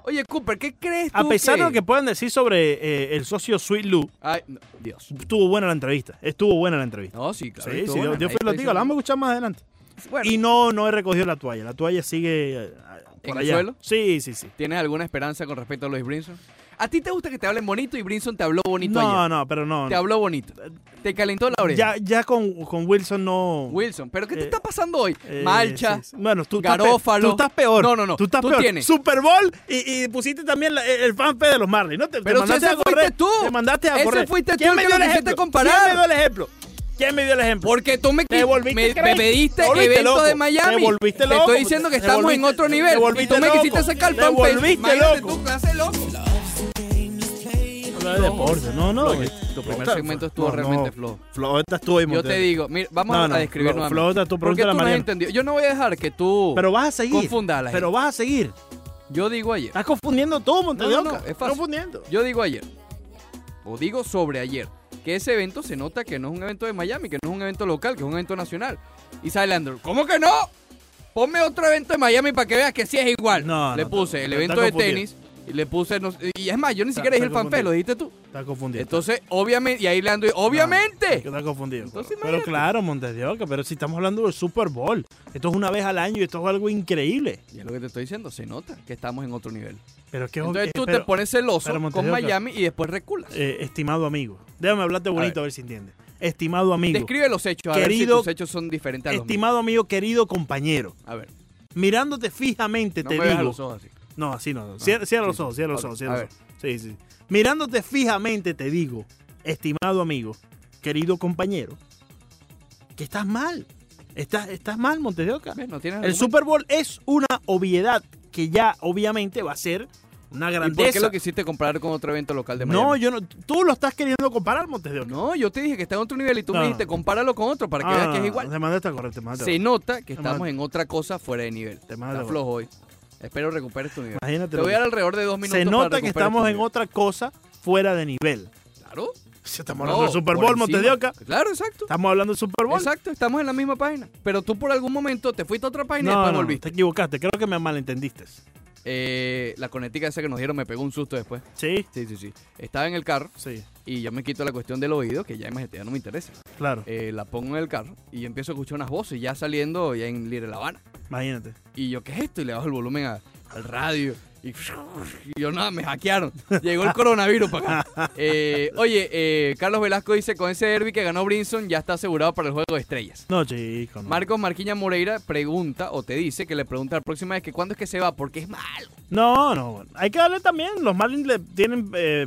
[SPEAKER 2] Oye, Cooper, ¿qué crees tú?
[SPEAKER 1] A pesar de lo que puedan decir sobre eh, el socio Sweet Lou,
[SPEAKER 2] Ay, no, Dios.
[SPEAKER 1] estuvo buena la entrevista. Estuvo buena la entrevista.
[SPEAKER 2] No, sí, claro.
[SPEAKER 1] sí,
[SPEAKER 2] estuvo
[SPEAKER 1] sí,
[SPEAKER 2] buena.
[SPEAKER 1] Dios, Dios
[SPEAKER 2] Ahí
[SPEAKER 1] lo
[SPEAKER 2] está
[SPEAKER 1] diga. La vamos a escuchar más adelante.
[SPEAKER 2] diciendo- Bueno,
[SPEAKER 1] Y no, no he recogido la toalla. La toalla sigue eh, por
[SPEAKER 2] ¿En el
[SPEAKER 1] allá.
[SPEAKER 2] suelo?
[SPEAKER 1] Sí, sí, sí.
[SPEAKER 2] ¿Tienes alguna esperanza con respecto a Luis Brinson? ¿A ti te gusta que te hablen bonito y Brinson te habló bonito
[SPEAKER 1] no,
[SPEAKER 2] ayer?
[SPEAKER 1] no, pero no.
[SPEAKER 2] Te
[SPEAKER 1] no.
[SPEAKER 2] habló bonito. Te calentó la oreja.
[SPEAKER 1] Ya, ya con, con Wilson no.
[SPEAKER 2] Wilson, ¿pero qué te
[SPEAKER 1] Eh,
[SPEAKER 2] está pasando hoy?
[SPEAKER 1] eh,
[SPEAKER 2] Malcha.
[SPEAKER 1] sí, sí. Bueno, tú,
[SPEAKER 2] Garófalo.
[SPEAKER 1] Estás peor, tú estás peor.
[SPEAKER 2] No, no, no.
[SPEAKER 1] Tú estás
[SPEAKER 2] Tú
[SPEAKER 1] peor.
[SPEAKER 2] tienes.
[SPEAKER 1] Super Bowl y, y pusiste también la- el fanfe de los Marlins. ¿no? Te, te
[SPEAKER 2] Pero si
[SPEAKER 1] mandaste
[SPEAKER 2] ese
[SPEAKER 1] a correr.
[SPEAKER 2] fuiste tú.
[SPEAKER 1] Te mandaste a
[SPEAKER 2] Ese
[SPEAKER 1] correr.
[SPEAKER 2] fuiste tú
[SPEAKER 1] ¿Quién
[SPEAKER 2] el
[SPEAKER 1] me
[SPEAKER 2] que
[SPEAKER 1] dio
[SPEAKER 2] lo
[SPEAKER 1] el
[SPEAKER 2] quisiste
[SPEAKER 1] ejemplo?
[SPEAKER 2] comparar.
[SPEAKER 1] ¿Quién me dio el ejemplo? ¿Quién me dio el ejemplo?
[SPEAKER 2] Porque tú me,
[SPEAKER 1] Te volviste
[SPEAKER 2] me,
[SPEAKER 1] crazy.
[SPEAKER 2] me pediste
[SPEAKER 1] Te volviste
[SPEAKER 2] que evento
[SPEAKER 1] loco.
[SPEAKER 2] de Miami.
[SPEAKER 1] Te volviste
[SPEAKER 2] Te
[SPEAKER 1] loco.
[SPEAKER 2] estoy diciendo que
[SPEAKER 1] Te
[SPEAKER 2] estamos en
[SPEAKER 1] volviste-
[SPEAKER 2] otro
[SPEAKER 1] te
[SPEAKER 2] nivel. Y
[SPEAKER 1] volviste
[SPEAKER 2] tú me
[SPEAKER 1] loco.
[SPEAKER 2] quisiste sacar el
[SPEAKER 1] Te
[SPEAKER 2] pan face.
[SPEAKER 1] volviste
[SPEAKER 2] Imagínate
[SPEAKER 1] loco.
[SPEAKER 2] tú, clase loco.
[SPEAKER 1] No de deporte, no, no.
[SPEAKER 2] Tu
[SPEAKER 1] No,
[SPEAKER 2] primer
[SPEAKER 1] está-
[SPEAKER 2] segmento estuvo
[SPEAKER 1] no,
[SPEAKER 2] realmente
[SPEAKER 1] no.
[SPEAKER 2] flojo.
[SPEAKER 1] Flojo esta estuvo ahí,
[SPEAKER 2] Yo te
[SPEAKER 1] Montero.
[SPEAKER 2] digo, mira, vamos
[SPEAKER 1] No, no,
[SPEAKER 2] a describir
[SPEAKER 1] Flo-
[SPEAKER 2] nuevamente.
[SPEAKER 1] Flota, tú
[SPEAKER 2] Porque tú
[SPEAKER 1] pregúntale a
[SPEAKER 2] no has
[SPEAKER 1] Mariana.
[SPEAKER 2] entendido. Yo no voy a dejar que tú
[SPEAKER 1] Pero vas a seguir.
[SPEAKER 2] confundas a la
[SPEAKER 1] Pero
[SPEAKER 2] gente.
[SPEAKER 1] vas a seguir.
[SPEAKER 2] Yo digo ayer.
[SPEAKER 1] Estás confundiendo todo, Montedioca.
[SPEAKER 2] no, es fácil.
[SPEAKER 1] Confundiendo.
[SPEAKER 2] Yo digo ayer, o digo sobre ayer, que ese evento se nota que no es un evento de Miami, que no es un evento local, que es un evento nacional. Y sale Leandro, ¿cómo que no? Ponme otro evento de Miami para que veas que sí es igual.
[SPEAKER 1] No,
[SPEAKER 2] le
[SPEAKER 1] no,
[SPEAKER 2] puse
[SPEAKER 1] está-
[SPEAKER 2] el
[SPEAKER 1] está
[SPEAKER 2] evento de
[SPEAKER 1] confundido.
[SPEAKER 2] tenis y le puse. no sé- y es más, yo ni
[SPEAKER 1] Está-
[SPEAKER 2] siquiera dije el
[SPEAKER 1] está
[SPEAKER 2] fanfare, lo dijiste tú.
[SPEAKER 1] Estás confundido.
[SPEAKER 2] Entonces, obviamente, y ahí Leandro, obviamente.
[SPEAKER 1] Estás confundido.
[SPEAKER 2] Entonces,
[SPEAKER 1] pero claro, Montedioca, pero si estamos hablando del Super Bowl. Esto es una vez al año y esto es algo increíble.
[SPEAKER 2] Y es lo que te estoy diciendo, se nota que estamos en otro nivel.
[SPEAKER 1] Pero es que es
[SPEAKER 2] Entonces
[SPEAKER 1] eh,
[SPEAKER 2] tú
[SPEAKER 1] pero,
[SPEAKER 2] te pones celoso
[SPEAKER 1] pero
[SPEAKER 2] con
[SPEAKER 1] Montedioca-
[SPEAKER 2] Miami y después reculas.
[SPEAKER 1] eh, estimado amigo, déjame hablarte bonito a ver, si entiendes. Estimado amigo,
[SPEAKER 2] Describe los hechos, a
[SPEAKER 1] Querido-
[SPEAKER 2] ver si tus hechos son diferentes a los míos.
[SPEAKER 1] estimado amigo, querido compañero,
[SPEAKER 2] A ver,
[SPEAKER 1] mirándote fijamente
[SPEAKER 2] no
[SPEAKER 1] te
[SPEAKER 2] me veas a
[SPEAKER 1] digo,
[SPEAKER 2] los ojos así.
[SPEAKER 1] No, así no. no. Cierra, cierra
[SPEAKER 2] sí,
[SPEAKER 1] los
[SPEAKER 2] sí.
[SPEAKER 1] ojos, cierra los
[SPEAKER 2] Ok,
[SPEAKER 1] ojos, cierra
[SPEAKER 2] a
[SPEAKER 1] los ojos. Sí, sí. Mirándote fijamente te digo, estimado amigo, querido compañero, que estás mal. Estás, estás mal, Montes de Oca.
[SPEAKER 2] ¿Ves? No tienes
[SPEAKER 1] El
[SPEAKER 2] argumento.
[SPEAKER 1] Super Bowl es una obviedad que ya obviamente va a ser una
[SPEAKER 2] ¿Y por
[SPEAKER 1] grandeza.
[SPEAKER 2] qué lo quisiste comparar con otro evento local de Miami?
[SPEAKER 1] no, yo no. Tú lo estás queriendo comparar, Montes de Oca.
[SPEAKER 2] No, yo te dije que está en otro nivel y tú
[SPEAKER 1] No,
[SPEAKER 2] me
[SPEAKER 1] no,
[SPEAKER 2] dijiste,
[SPEAKER 1] no.
[SPEAKER 2] compáralo con otro para que
[SPEAKER 1] Ah,
[SPEAKER 2] veas
[SPEAKER 1] no,
[SPEAKER 2] que es
[SPEAKER 1] no,
[SPEAKER 2] igual.
[SPEAKER 1] Te mandé esta correcta, te mandé esta
[SPEAKER 2] Se nota que
[SPEAKER 1] No,
[SPEAKER 2] estamos
[SPEAKER 1] no.
[SPEAKER 2] en otra cosa fuera de nivel.
[SPEAKER 1] Te mando
[SPEAKER 2] Está
[SPEAKER 1] la-
[SPEAKER 2] flojo hoy. Espero recuperes tu nivel.
[SPEAKER 1] correcta. Imagínate.
[SPEAKER 2] Te
[SPEAKER 1] lo
[SPEAKER 2] voy
[SPEAKER 1] que-
[SPEAKER 2] a dar alrededor de dos minutos
[SPEAKER 1] se
[SPEAKER 2] para
[SPEAKER 1] nota que
[SPEAKER 2] recuperar tu
[SPEAKER 1] estamos en
[SPEAKER 2] nivel.
[SPEAKER 1] otra cosa fuera de nivel.
[SPEAKER 2] Claro.
[SPEAKER 1] Si Estamos
[SPEAKER 2] No,
[SPEAKER 1] hablando del Super
[SPEAKER 2] por
[SPEAKER 1] Bowl,
[SPEAKER 2] encima.
[SPEAKER 1] Montes de Oca.
[SPEAKER 2] Claro, exacto.
[SPEAKER 1] Estamos hablando del Super Bowl.
[SPEAKER 2] Exacto, estamos en la misma página. Pero tú por algún momento te fuiste a otra página y
[SPEAKER 1] No,
[SPEAKER 2] después
[SPEAKER 1] no,
[SPEAKER 2] volviste.
[SPEAKER 1] te equivocaste. Creo que me malentendiste.
[SPEAKER 2] Eh, la conetica esa que nos dieron me pegó un susto después.
[SPEAKER 1] Sí,
[SPEAKER 2] Sí, sí, sí. Estaba en el carro
[SPEAKER 1] sí,
[SPEAKER 2] y yo me quito la cuestión del oído, que ya imagínate, ya no me interesa.
[SPEAKER 1] claro.
[SPEAKER 2] eh, la pongo en el carro y yo empiezo a escuchar unas voces ya saliendo ya en Little La Habana.
[SPEAKER 1] Imagínate.
[SPEAKER 2] Y yo, ¿qué es esto? Y le bajo el volumen a- al radio. Y, y yo, nada, me hackearon. Llegó el coronavirus para acá. Eh, oye, eh, Carlos Velasco dice, con ese derby que ganó Brinson ya está asegurado para el Juego de Estrellas.
[SPEAKER 1] No, chico. No.
[SPEAKER 2] Marcos Marquiña Moreira pregunta, o te dice, que le pregunta la próxima vez que cuándo es que se va, porque es malo.
[SPEAKER 1] No, no. Hay que darle también. Los Marlins le tienen. eh,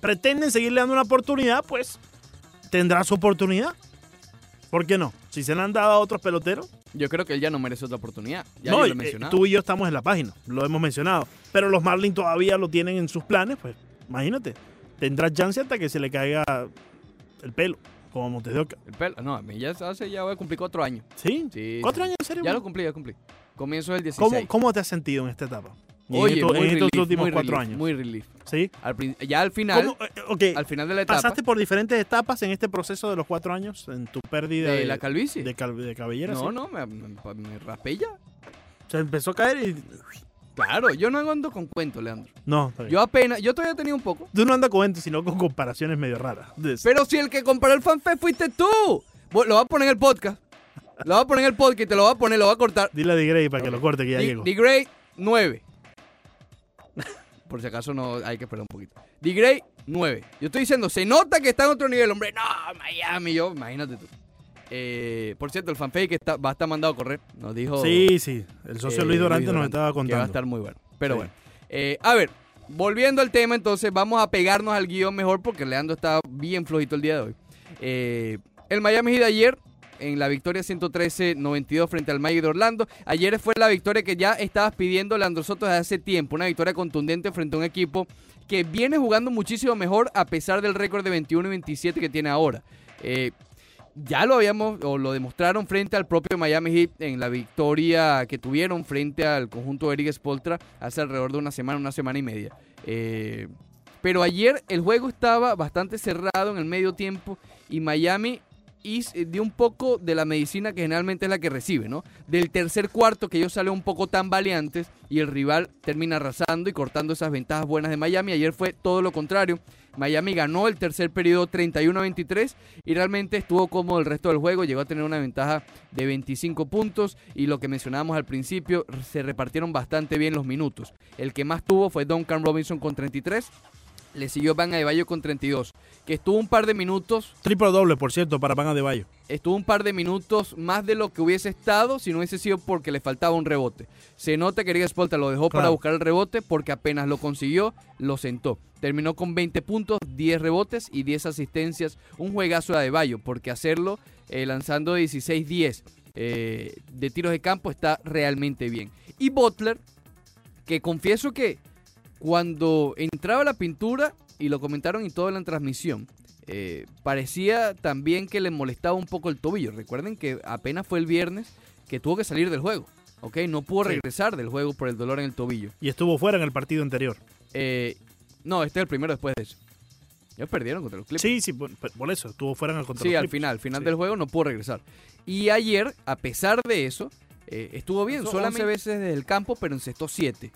[SPEAKER 1] pretenden seguirle dando una oportunidad, pues tendrá su oportunidad. ¿Por qué no? Si se le han dado a otros peloteros.
[SPEAKER 2] Yo creo que él ya no merece otra oportunidad. Ya
[SPEAKER 1] no,
[SPEAKER 2] yo lo he
[SPEAKER 1] eh,
[SPEAKER 2] mencionado.
[SPEAKER 1] tú y yo estamos en la página. Lo hemos mencionado. Pero los Marlins todavía lo tienen en sus planes, pues imagínate. Tendrá chance hasta que se le caiga el pelo, como Montes de Oca.
[SPEAKER 2] El pelo- no, a mí ya hace, ya voy a cumplir cuatro años.
[SPEAKER 1] ¿Sí?
[SPEAKER 2] Sí,
[SPEAKER 1] ¿Cuatro
[SPEAKER 2] sí.
[SPEAKER 1] años en serio?
[SPEAKER 2] Ya
[SPEAKER 1] man?
[SPEAKER 2] lo cumplí, ya cumplí. Comienzo del 16.
[SPEAKER 1] ¿Cómo, ¿Cómo te has sentido en esta etapa? Y
[SPEAKER 2] Oye,
[SPEAKER 1] en esto- en estos,
[SPEAKER 2] muy relief,
[SPEAKER 1] últimos
[SPEAKER 2] muy
[SPEAKER 1] cuatro
[SPEAKER 2] relief,
[SPEAKER 1] años.
[SPEAKER 2] Muy relief.
[SPEAKER 1] ¿Sí?
[SPEAKER 2] Al prin- ya al final,
[SPEAKER 1] ¿Cómo, eh, okay,
[SPEAKER 2] al final de la etapa
[SPEAKER 1] ¿Pasaste por diferentes etapas en este proceso de los cuatro años? En tu pérdida
[SPEAKER 2] de
[SPEAKER 1] de,
[SPEAKER 2] la calvicie.
[SPEAKER 1] de cal- de cabellera.
[SPEAKER 2] no,
[SPEAKER 1] sí?
[SPEAKER 2] no, me, me, me raspé ya.
[SPEAKER 1] Se empezó a caer y.
[SPEAKER 2] Claro, yo no ando con cuentos, Leandro.
[SPEAKER 1] No, está bien.
[SPEAKER 2] Yo apenas, yo todavía tenía un poco.
[SPEAKER 1] Tú no andas con esto, sino con comparaciones medio raras. De-
[SPEAKER 2] Pero si el que compró el fanfare fuiste tú. Bu- Lo voy a poner en el podcast. Lo voy a poner en el podcast y te lo voy a poner, lo voy a cortar.
[SPEAKER 1] Dile a The Grey para que lo corte, que ya
[SPEAKER 2] Di-
[SPEAKER 1] llegó.
[SPEAKER 2] The Grey 9. Por si acaso no hay que esperar un poquito. The Grey 9. Yo estoy diciendo, se nota que está en otro nivel, hombre. No, Miami, yo, imagínate tú. Eh, por cierto, el fanpage que está, va a estar mandado a correr. Nos dijo.
[SPEAKER 1] Sí, sí. El socio
[SPEAKER 2] eh,
[SPEAKER 1] Luis Dorante nos
[SPEAKER 2] Dorante,
[SPEAKER 1] estaba
[SPEAKER 2] Que va a
[SPEAKER 1] contando.
[SPEAKER 2] estar muy bueno. Pero
[SPEAKER 1] Sí.
[SPEAKER 2] bueno. Eh, a ver, volviendo al tema, entonces vamos a pegarnos al guión mejor porque Leandro está bien flojito el día de hoy. Eh, el Miami Heat de ayer en la victoria 113-92 frente al Magic de Orlando. Ayer fue la victoria que ya estabas pidiendo Leandro Soto desde hace tiempo. Una victoria contundente frente a un equipo que viene jugando muchísimo mejor a pesar del récord de 21 y 27 que tiene ahora. Eh, ya lo habíamos o lo demostraron frente al propio Miami Heat en la victoria que tuvieron frente al conjunto de Eric Spoltra hace alrededor de una semana, una semana y media. Eh, Pero ayer el juego estaba bastante cerrado en el medio tiempo y Miami is- eh, dio un poco de la medicina que generalmente es la que recibe, ¿no? Del tercer cuarto que ellos salen un poco tan valientes y el rival termina arrasando y cortando esas ventajas buenas de Miami. Ayer fue todo lo contrario. Miami ganó el tercer periodo 31 a 23 y realmente estuvo cómodo el resto del juego. Llegó a tener una ventaja de 25 puntos y lo que mencionábamos al principio, se repartieron bastante bien los minutos. El que más tuvo fue Duncan Robinson con 33. Le siguió Van Adebayo con 32, que estuvo un par de minutos
[SPEAKER 1] Triple doble, por cierto, para Pana de Bayo.
[SPEAKER 2] estuvo un par de minutos más de lo que hubiese estado si no hubiese sido porque le faltaba un rebote. Se nota que Rick Spolta lo dejó para
[SPEAKER 1] Claro.
[SPEAKER 2] buscar el rebote porque apenas lo consiguió, lo sentó. Terminó con 20 puntos, 10 rebotes y 10 asistencias. Un juegazo de Adebayo porque hacerlo eh, lanzando 16-10 eh, de tiros de campo está realmente bien. Y Butler, que confieso que cuando entraba la pintura, y lo comentaron en toda la transmisión, eh, parecía también que le molestaba un poco el tobillo. Recuerden que apenas fue el viernes que tuvo que salir del juego. ¿ok? No pudo
[SPEAKER 1] Sí.
[SPEAKER 2] regresar del juego por el dolor en el tobillo.
[SPEAKER 1] Y estuvo fuera en el partido anterior.
[SPEAKER 2] Eh, no, este es el primero después de eso. Ellos perdieron contra los Clippers.
[SPEAKER 1] Sí, sí, por, por eso, estuvo fuera en el contra
[SPEAKER 2] Sí,
[SPEAKER 1] los
[SPEAKER 2] al
[SPEAKER 1] Clippers.
[SPEAKER 2] final, al final
[SPEAKER 1] Sí.
[SPEAKER 2] del juego no pudo regresar. Y ayer, a pesar de eso, eh, estuvo bien,
[SPEAKER 1] Lanzó
[SPEAKER 2] solamente
[SPEAKER 1] 11
[SPEAKER 2] veces desde el campo, pero encestó 7.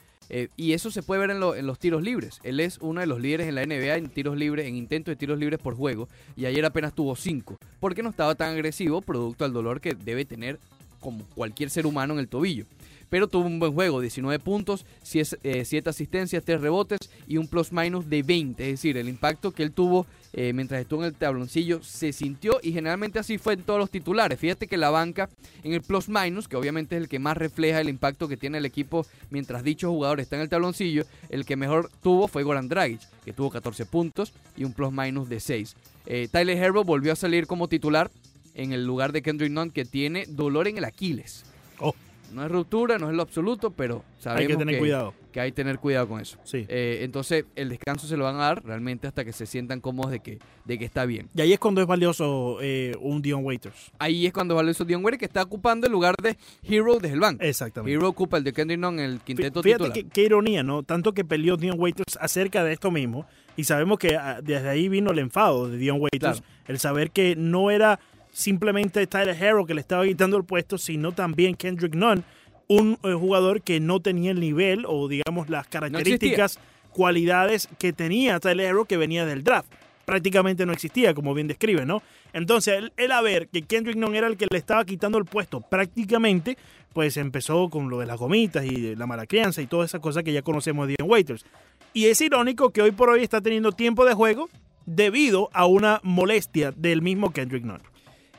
[SPEAKER 2] y eso se puede ver en, lo- en los tiros libres. Él es uno de los líderes en la NBA en tiros libres, en intentos de tiros libres por juego, y ayer apenas tuvo 5, porque no estaba tan agresivo producto al dolor que debe tener como cualquier ser humano en el tobillo. Pero tuvo un buen juego, 19 puntos, 7 asistencias, 3 rebotes y un plus minus de 20. Es decir, el impacto que él tuvo eh, mientras estuvo en el tabloncillo se sintió y generalmente así fue en todos los titulares. Fíjate que la banca en el plus minus, que obviamente es el que más refleja el impacto que tiene el equipo mientras dicho jugador está en el tabloncillo, el que mejor tuvo fue Goran Dragic, que tuvo 14 puntos y un plus minus de 6. Eh, Tyler Herro volvió a salir como titular en el lugar de Kendrick Nunn, que tiene dolor en el Aquiles.
[SPEAKER 1] Oh.
[SPEAKER 2] No es ruptura, no es lo absoluto, pero sabemos
[SPEAKER 1] Hay que tener cuidado.
[SPEAKER 2] que hay que tener cuidado con eso.
[SPEAKER 1] Sí.
[SPEAKER 2] Eh, entonces, el descanso se lo van a dar realmente hasta que se sientan cómodos de que, de que está bien.
[SPEAKER 1] Y ahí es cuando es valioso eh, un Dion Waiters.
[SPEAKER 2] Ahí es cuando Valerio Dion Ware, que está ocupando el lugar de Hero desde el banco.
[SPEAKER 1] Exactamente.
[SPEAKER 2] Hero ocupa el de Kendrick Nunn en el
[SPEAKER 1] Fí-
[SPEAKER 2] quinteto
[SPEAKER 1] Fíjate
[SPEAKER 2] titular.
[SPEAKER 1] qué, qué ironía, ¿no? Tanto que peleó Dion Waiters acerca de esto mismo. Y sabemos que ah, desde ahí vino el enfado de Dion Waiters. El saber que no era simplemente Tyler Harrow que le estaba quitando el puesto, sino también Kendrick Nunn, un eh, jugador que no tenía el nivel o, digamos, las características, cualidades que tenía Tyler Harrow que venía del draft. Prácticamente no existía, como bien describe, ¿no? Entonces, el, el haber que Kendrick Nunn era el que le estaba quitando el puesto prácticamente, pues empezó con lo de las gomitas y de la mala crianza y todas esas cosas que ya conocemos de Dion Waiters. Y es irónico que hoy por hoy está teniendo tiempo de juego debido a una molestia del mismo Kendrick Nunn.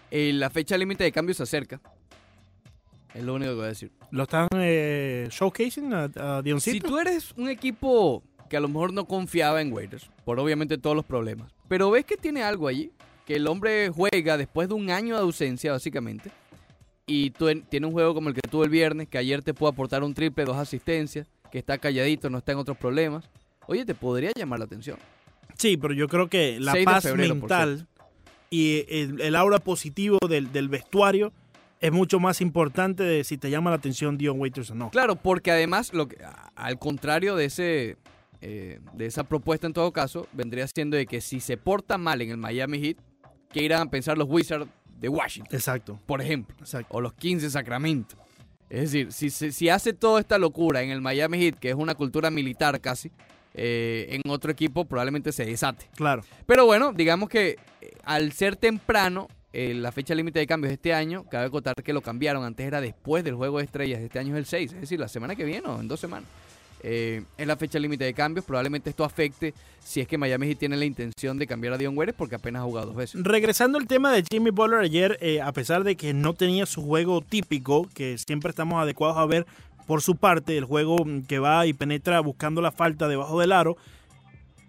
[SPEAKER 2] Eh, la fecha límite de cambio se acerca. Es lo único que voy a decir.
[SPEAKER 1] ¿Lo están eh, showcasing a, a
[SPEAKER 2] Si
[SPEAKER 1] Dioncito?
[SPEAKER 2] tú eres un equipo que a lo mejor no confiaba en Waiters, por obviamente todos los problemas, pero ves que tiene algo allí, que el hombre juega después de un año de ausencia, básicamente, y tú en- tiene un juego como el que tuvo el viernes, que ayer te puede aportar un triple, dos asistencias, que está calladito, no está en otros problemas. Oye, te podría llamar la atención.
[SPEAKER 1] Sí, pero yo creo que la
[SPEAKER 2] 6 de
[SPEAKER 1] paz
[SPEAKER 2] febrero, por
[SPEAKER 1] mental y el, el aura positivo del, del vestuario es mucho más importante de si te llama la atención Dion Waiters o no.
[SPEAKER 2] Claro, porque además, lo que, a- al contrario de ese eh, de esa propuesta en todo caso, vendría siendo de que si se porta mal en el Miami Heat, ¿qué irán a pensar los Wizards de Washington,
[SPEAKER 1] Exacto,
[SPEAKER 2] por ejemplo?
[SPEAKER 1] exacto.
[SPEAKER 2] O los 15 Sacramento. Es decir, si, se- si hace toda esta locura en el Miami Heat, que es una cultura militar casi, eh, en otro equipo probablemente se desate.
[SPEAKER 1] Claro.
[SPEAKER 2] Pero bueno, digamos que eh, al ser temprano, eh, la fecha límite de cambios de este año, cabe acotar que lo cambiaron. Antes era después del juego de estrellas, este año es el 6, es decir, la semana que viene o en dos semanas. Eh, es la fecha límite de cambios. Probablemente esto afecte si es que Miami Heat tiene la intención de cambiar a Dion Waiters porque apenas ha jugado dos veces.
[SPEAKER 1] Regresando al tema de Jimmy Butler ayer, eh, a pesar de que no tenía su juego típico, que siempre estamos adecuados a ver por su parte, el juego mm, que va y penetra buscando la falta debajo del aro,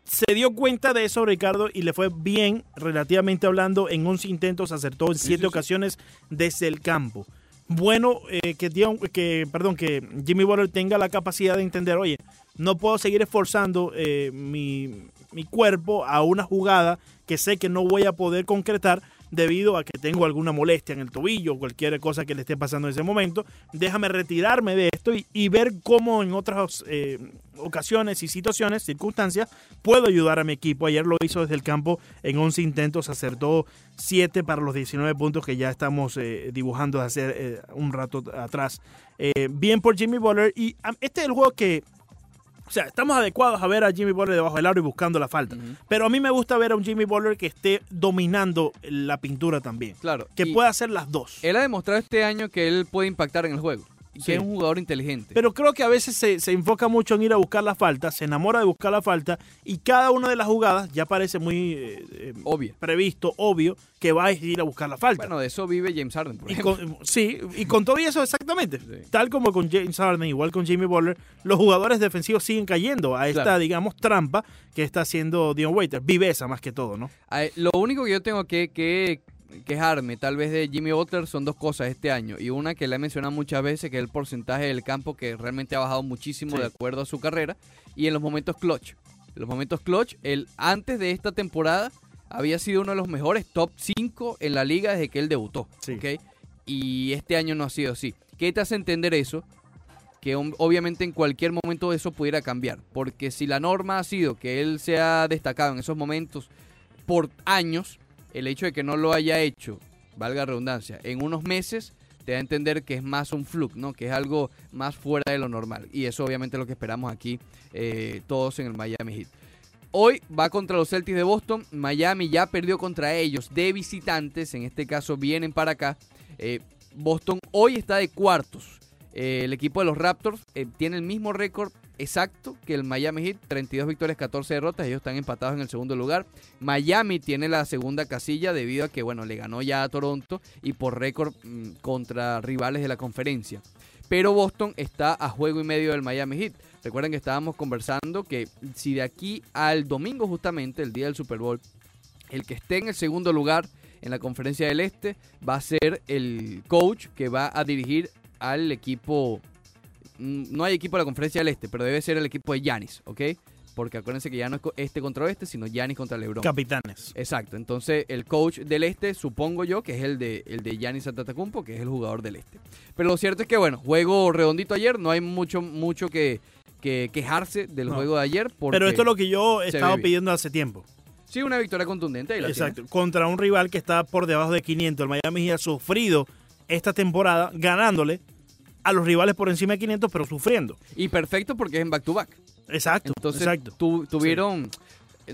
[SPEAKER 1] se dio cuenta de eso Ricardo y le fue bien, relativamente hablando, en 11 intentos, acertó en 7
[SPEAKER 2] sí, sí.
[SPEAKER 1] ocasiones desde el campo. Bueno, eh, que, Dion- que, perdón, que Jimmy Butler tenga la capacidad de entender, oye, no puedo seguir esforzando eh, mi, mi cuerpo a una jugada que sé que no voy a poder concretar debido a que tengo alguna molestia en el tobillo o cualquier cosa que le esté pasando en ese momento. Déjame retirarme de esto y, y ver cómo en otras eh, ocasiones y situaciones, circunstancias, puedo ayudar a mi equipo. Ayer lo hizo desde el campo en 11 intentos, acertó 7 para los 19 puntos que ya estamos eh, dibujando hace eh, un rato atrás. Eh, bien por Jimmy Butler y um, este es el juego que o sea, estamos adecuados a ver a Jimmy Butler debajo del aro y buscando la falta.
[SPEAKER 2] Ujú.
[SPEAKER 1] Pero a mí me gusta ver a un Jimmy Butler que esté dominando la pintura también.
[SPEAKER 2] Claro.
[SPEAKER 1] Que
[SPEAKER 2] y
[SPEAKER 1] pueda hacer las dos.
[SPEAKER 2] Él ha demostrado este año que él puede impactar en el juego. Y
[SPEAKER 1] Sí.
[SPEAKER 2] que es un jugador inteligente.
[SPEAKER 1] Pero creo que a veces se, se enfoca mucho en ir a buscar la falta, se enamora de buscar la falta y cada una de las jugadas ya parece muy eh, eh,
[SPEAKER 2] Obvio.
[SPEAKER 1] previsto, obvio, que va a ir a buscar la falta.
[SPEAKER 2] Bueno, de eso vive James Harden. por
[SPEAKER 1] Y
[SPEAKER 2] ejemplo.
[SPEAKER 1] con- sí, y con todo y eso exactamente.
[SPEAKER 2] Sí.
[SPEAKER 1] Tal como con James Harden, igual con Jimmy Butler, los jugadores defensivos siguen cayendo a esta,
[SPEAKER 2] Claro.
[SPEAKER 1] digamos, trampa que está haciendo Dion Waiters. Viveza más que todo, ¿no?
[SPEAKER 2] Ay, Lo único que yo tengo que, que quejarme tal vez de Jimmy Butler son dos cosas este año. Y una que le he mencionado muchas veces, que es el porcentaje del campo que realmente ha bajado muchísimo
[SPEAKER 1] Sí.
[SPEAKER 2] de acuerdo a su carrera. Y en los momentos clutch. En los momentos clutch, él antes de esta temporada había sido uno de los mejores top 5 en la liga desde que él debutó.
[SPEAKER 1] Sí.
[SPEAKER 2] ¿ok? Y este año no ha sido así. ¿Qué te hace entender eso? que ob- obviamente en cualquier momento eso pudiera cambiar. Porque si la norma ha sido que él se ha destacado en esos momentos por años, el hecho de que no lo haya hecho, valga la redundancia, en unos meses, te da a entender que es más un fluke, ¿no? Que es algo más fuera de lo normal. Y eso obviamente es lo que esperamos aquí eh, todos en el Miami Heat. Hoy va contra los Celtics de Boston. Miami ya perdió contra ellos de visitantes. En este caso vienen para acá. Eh, Boston hoy está de cuartos. Eh, el equipo de los Raptors eh, tiene el mismo récord exacto que el Miami Heat. 32 victorias, 14 derrotas. Ellos están empatados en el segundo lugar. Miami tiene la segunda casilla debido a que, bueno, le ganó ya a Toronto y por récord mm, contra rivales de la conferencia. Pero Boston está a juego y medio del Miami Heat. Recuerden que estábamos conversando que si de aquí al domingo justamente, el día del Super Bowl, el que esté en el segundo lugar en la conferencia del Este va a ser el coach que va a dirigir al equipo. mm, No hay equipo de la conferencia del Este, pero debe ser el equipo de Yanis, ¿ok? Porque acuérdense que ya no es co- este contra oeste, sino Yanis contra LeBron.
[SPEAKER 1] Capitanes.
[SPEAKER 2] Exacto, entonces el coach del este, supongo yo, que es el de el de Giannis Antetokounmpo, que es el jugador del este. Pero lo cierto es que bueno, juego redondito ayer, no hay mucho mucho que, que quejarse del
[SPEAKER 1] No.
[SPEAKER 2] juego de ayer porque
[SPEAKER 1] Pero esto es lo que yo he
[SPEAKER 2] se
[SPEAKER 1] estado
[SPEAKER 2] ve bien.
[SPEAKER 1] pidiendo hace tiempo.
[SPEAKER 2] sí una victoria contundente y la
[SPEAKER 1] Exacto. Contra un rival que está por debajo de 500. El Miami Heat ha sufrido esta temporada ganándole a los rivales por encima de 500, pero sufriendo.
[SPEAKER 2] tiene. y perfecto porque es en back to back.
[SPEAKER 1] Exacto.
[SPEAKER 2] Entonces
[SPEAKER 1] exacto.
[SPEAKER 2] tu- tuvieron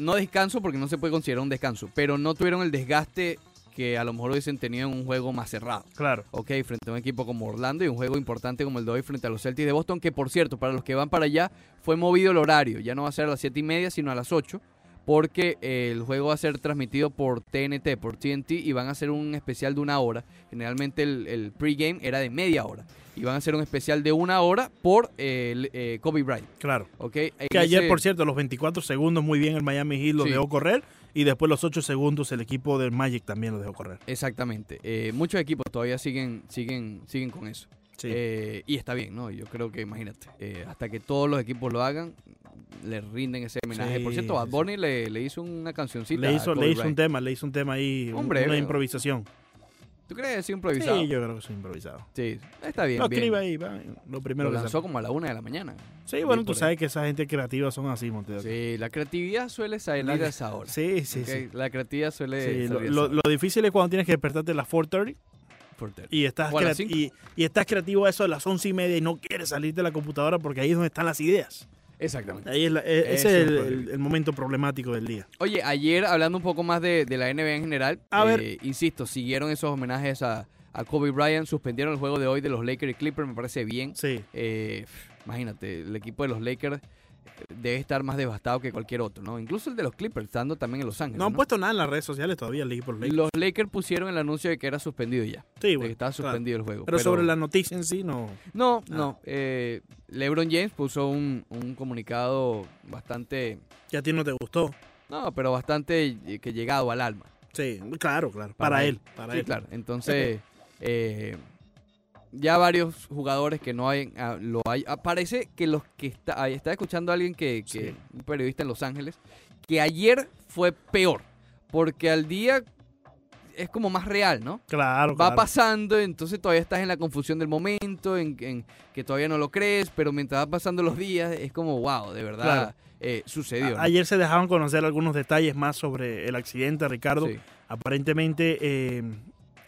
[SPEAKER 2] no descanso porque no se puede considerar un descanso, pero no tuvieron el desgaste que a lo mejor hubiesen tenido en un juego más cerrado.
[SPEAKER 1] Claro.
[SPEAKER 2] Ok, frente a un equipo como Orlando y un juego importante como el de hoy frente a los Celtics de Boston, que por cierto, para los que van para allá, fue movido el horario. Ya no va a ser a las 7 y media, sino a las 8, porque eh, el juego va a ser transmitido por TNT, por TNT, y van a hacer un especial de una hora. Generalmente el, el pregame era de media hora. Y van a hacer un especial de una hora por eh, el, eh, Kobe Bryant.
[SPEAKER 1] Claro.
[SPEAKER 2] Ok,
[SPEAKER 1] Que ayer, por cierto, los 24 segundos muy bien el Miami Heat lo
[SPEAKER 2] Sí.
[SPEAKER 1] dejó correr. Y después los 8 segundos el equipo del Magic también lo dejó correr.
[SPEAKER 2] Exactamente. Eh, muchos equipos todavía siguen, siguen, siguen con eso.
[SPEAKER 1] Sí.
[SPEAKER 2] Eh, y está bien, ¿no? Yo creo que, imagínate, eh, hasta que todos los equipos lo hagan, le rinden ese homenaje.
[SPEAKER 1] Sí,
[SPEAKER 2] Por cierto, Bad
[SPEAKER 1] sí, sí.
[SPEAKER 2] Bunny le, le hizo una cancioncita.
[SPEAKER 1] le
[SPEAKER 2] a
[SPEAKER 1] hizo,
[SPEAKER 2] Kobe
[SPEAKER 1] le hizo un
[SPEAKER 2] Bryant.
[SPEAKER 1] tema, le hizo un tema ahí, un-
[SPEAKER 2] ah, Hombre,
[SPEAKER 1] una
[SPEAKER 2] bro.
[SPEAKER 1] improvisación.
[SPEAKER 2] ¿Tú crees que es improvisado?
[SPEAKER 1] Sí,
[SPEAKER 2] Sí,
[SPEAKER 1] yo creo que es improvisado.
[SPEAKER 2] está bien.
[SPEAKER 1] Lo
[SPEAKER 2] bien.
[SPEAKER 1] escribe ahí, va, lo primero
[SPEAKER 2] lo
[SPEAKER 1] que
[SPEAKER 2] lanzó
[SPEAKER 1] sale.
[SPEAKER 2] como a la una de la mañana.
[SPEAKER 1] Sí, bueno,
[SPEAKER 2] bien
[SPEAKER 1] tú
[SPEAKER 2] por
[SPEAKER 1] sabes que esa gente creativa son así, Montedor.
[SPEAKER 2] Sí, la creatividad suele salir
[SPEAKER 1] La-
[SPEAKER 2] a esa hora.
[SPEAKER 1] Sí, sí,
[SPEAKER 2] Ok,
[SPEAKER 1] sí.
[SPEAKER 2] La creatividad suele
[SPEAKER 1] Sí, lo,
[SPEAKER 2] salir a
[SPEAKER 1] lo-
[SPEAKER 2] esa hora.
[SPEAKER 1] lo difícil es cuando tienes que despertarte a las 4.30
[SPEAKER 2] Por ter-
[SPEAKER 1] y estás,
[SPEAKER 2] O a las
[SPEAKER 1] creati-
[SPEAKER 2] cinco.
[SPEAKER 1] y, y estás creativo a eso de las 11 y media y no quieres salir de la computadora porque ahí es donde están las ideas.
[SPEAKER 2] Exactamente.
[SPEAKER 1] Ahí es la- e- ese
[SPEAKER 2] Ese
[SPEAKER 1] es
[SPEAKER 2] es
[SPEAKER 1] el,
[SPEAKER 2] un problema.
[SPEAKER 1] el- el momento problemático del día.
[SPEAKER 2] Oye, ayer hablando un poco más de, de la NBA en general, eh,
[SPEAKER 1] A ver.
[SPEAKER 2] insisto, siguieron esos homenajes a, a Kobe Bryant, suspendieron el juego de hoy de los Lakers y Clippers, me parece bien.
[SPEAKER 1] Sí,
[SPEAKER 2] Eh, pf, imagínate, el equipo de los Lakers eh, debe estar más devastado que cualquier otro, ¿no? Incluso el de los Clippers, estando también en Los Ángeles.
[SPEAKER 1] no pues, han
[SPEAKER 2] ¿no?
[SPEAKER 1] puesto nada en las redes sociales todavía el equipo de los Lakers.
[SPEAKER 2] Los Lakers pusieron el anuncio de que era suspendido ya,
[SPEAKER 1] Sí,
[SPEAKER 2] de que
[SPEAKER 1] bueno,
[SPEAKER 2] estaba
[SPEAKER 1] claro.
[SPEAKER 2] suspendido el juego.
[SPEAKER 1] Pero, sobre la noticia en sí, no.
[SPEAKER 2] No,
[SPEAKER 1] Ah.
[SPEAKER 2] no. eh, LeBron James puso un, un comunicado bastante...
[SPEAKER 1] Ya a ti no te gustó.
[SPEAKER 2] No, pero bastante eh, que llegado al alma.
[SPEAKER 1] Sí, claro, claro. Para,
[SPEAKER 2] Para
[SPEAKER 1] él.
[SPEAKER 2] él.
[SPEAKER 1] Para
[SPEAKER 2] Sí,
[SPEAKER 1] él.
[SPEAKER 2] claro. Entonces, eh, ya varios jugadores que no hay, ah, lo hay. ah, Parece que los que está, ahí está escuchando a alguien que, que-
[SPEAKER 1] Sí.
[SPEAKER 2] un periodista en Los Ángeles, que ayer fue peor, porque al día es como más real, ¿no?
[SPEAKER 1] Claro,
[SPEAKER 2] Va
[SPEAKER 1] claro.
[SPEAKER 2] pasando, entonces todavía estás en la confusión del momento, en, en que todavía no lo crees, pero mientras va pasando los días, es como, wow, de verdad
[SPEAKER 1] Claro.
[SPEAKER 2] eh, sucedió. ¿no?
[SPEAKER 1] A- Ayer se dejaban conocer algunos detalles más sobre el accidente, Ricardo.
[SPEAKER 2] Sí.
[SPEAKER 1] Aparentemente, eh,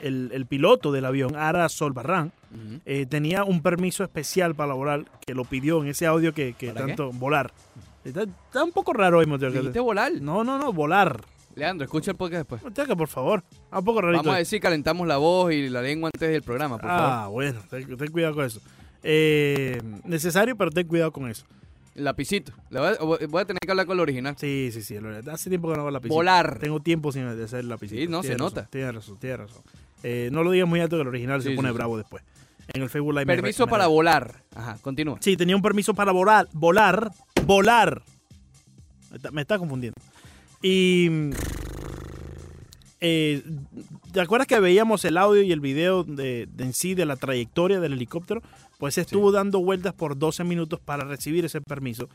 [SPEAKER 1] el, el piloto del avión, Ara Solbarrán,
[SPEAKER 2] Ujú.
[SPEAKER 1] eh, tenía un permiso especial para volar, que lo pidió en ese audio que, que
[SPEAKER 2] ¿Para qué?
[SPEAKER 1] tanto volar. Está, está un poco raro hoy, Mateo. que-
[SPEAKER 2] Dijiste volar.
[SPEAKER 1] No, no, no, volar.
[SPEAKER 2] Leandro, escucha el podcast después.
[SPEAKER 1] Mateo, que por favor. Está un poco rarito.
[SPEAKER 2] Vamos a decir, calentamos la voz y la lengua antes del programa, por favor.
[SPEAKER 1] ah, bueno, ten, ten cuidado con eso. Eh, necesario, pero ten cuidado con eso.
[SPEAKER 2] El Lapicito. La voy, a, voy a tener que hablar con el original.
[SPEAKER 1] Sí, sí, sí. lo- Hace tiempo que no hago la piscina.
[SPEAKER 2] Volar.
[SPEAKER 1] Tengo tiempo sin hacer la piscina.
[SPEAKER 2] Sí, no, se
[SPEAKER 1] Tienes razón,
[SPEAKER 2] nota.
[SPEAKER 1] Tienes razón, tienes razón. Eh, no lo digas muy alto que el original se
[SPEAKER 2] Sí,
[SPEAKER 1] pone
[SPEAKER 2] sí, sí.
[SPEAKER 1] bravo después. En el Facebook Live. me re-
[SPEAKER 2] Permiso
[SPEAKER 1] me
[SPEAKER 2] para
[SPEAKER 1] re-
[SPEAKER 2] volar. Ajá, continúa.
[SPEAKER 1] Sí, tenía un permiso para volar. Volar. Volar. Me está, me está confundiendo. Y. mm, eh, ¿Te acuerdas que veíamos el audio y el video de, de en sí de la trayectoria del helicóptero? Pues estuvo dando vueltas por 12 minutos para recibir ese permiso.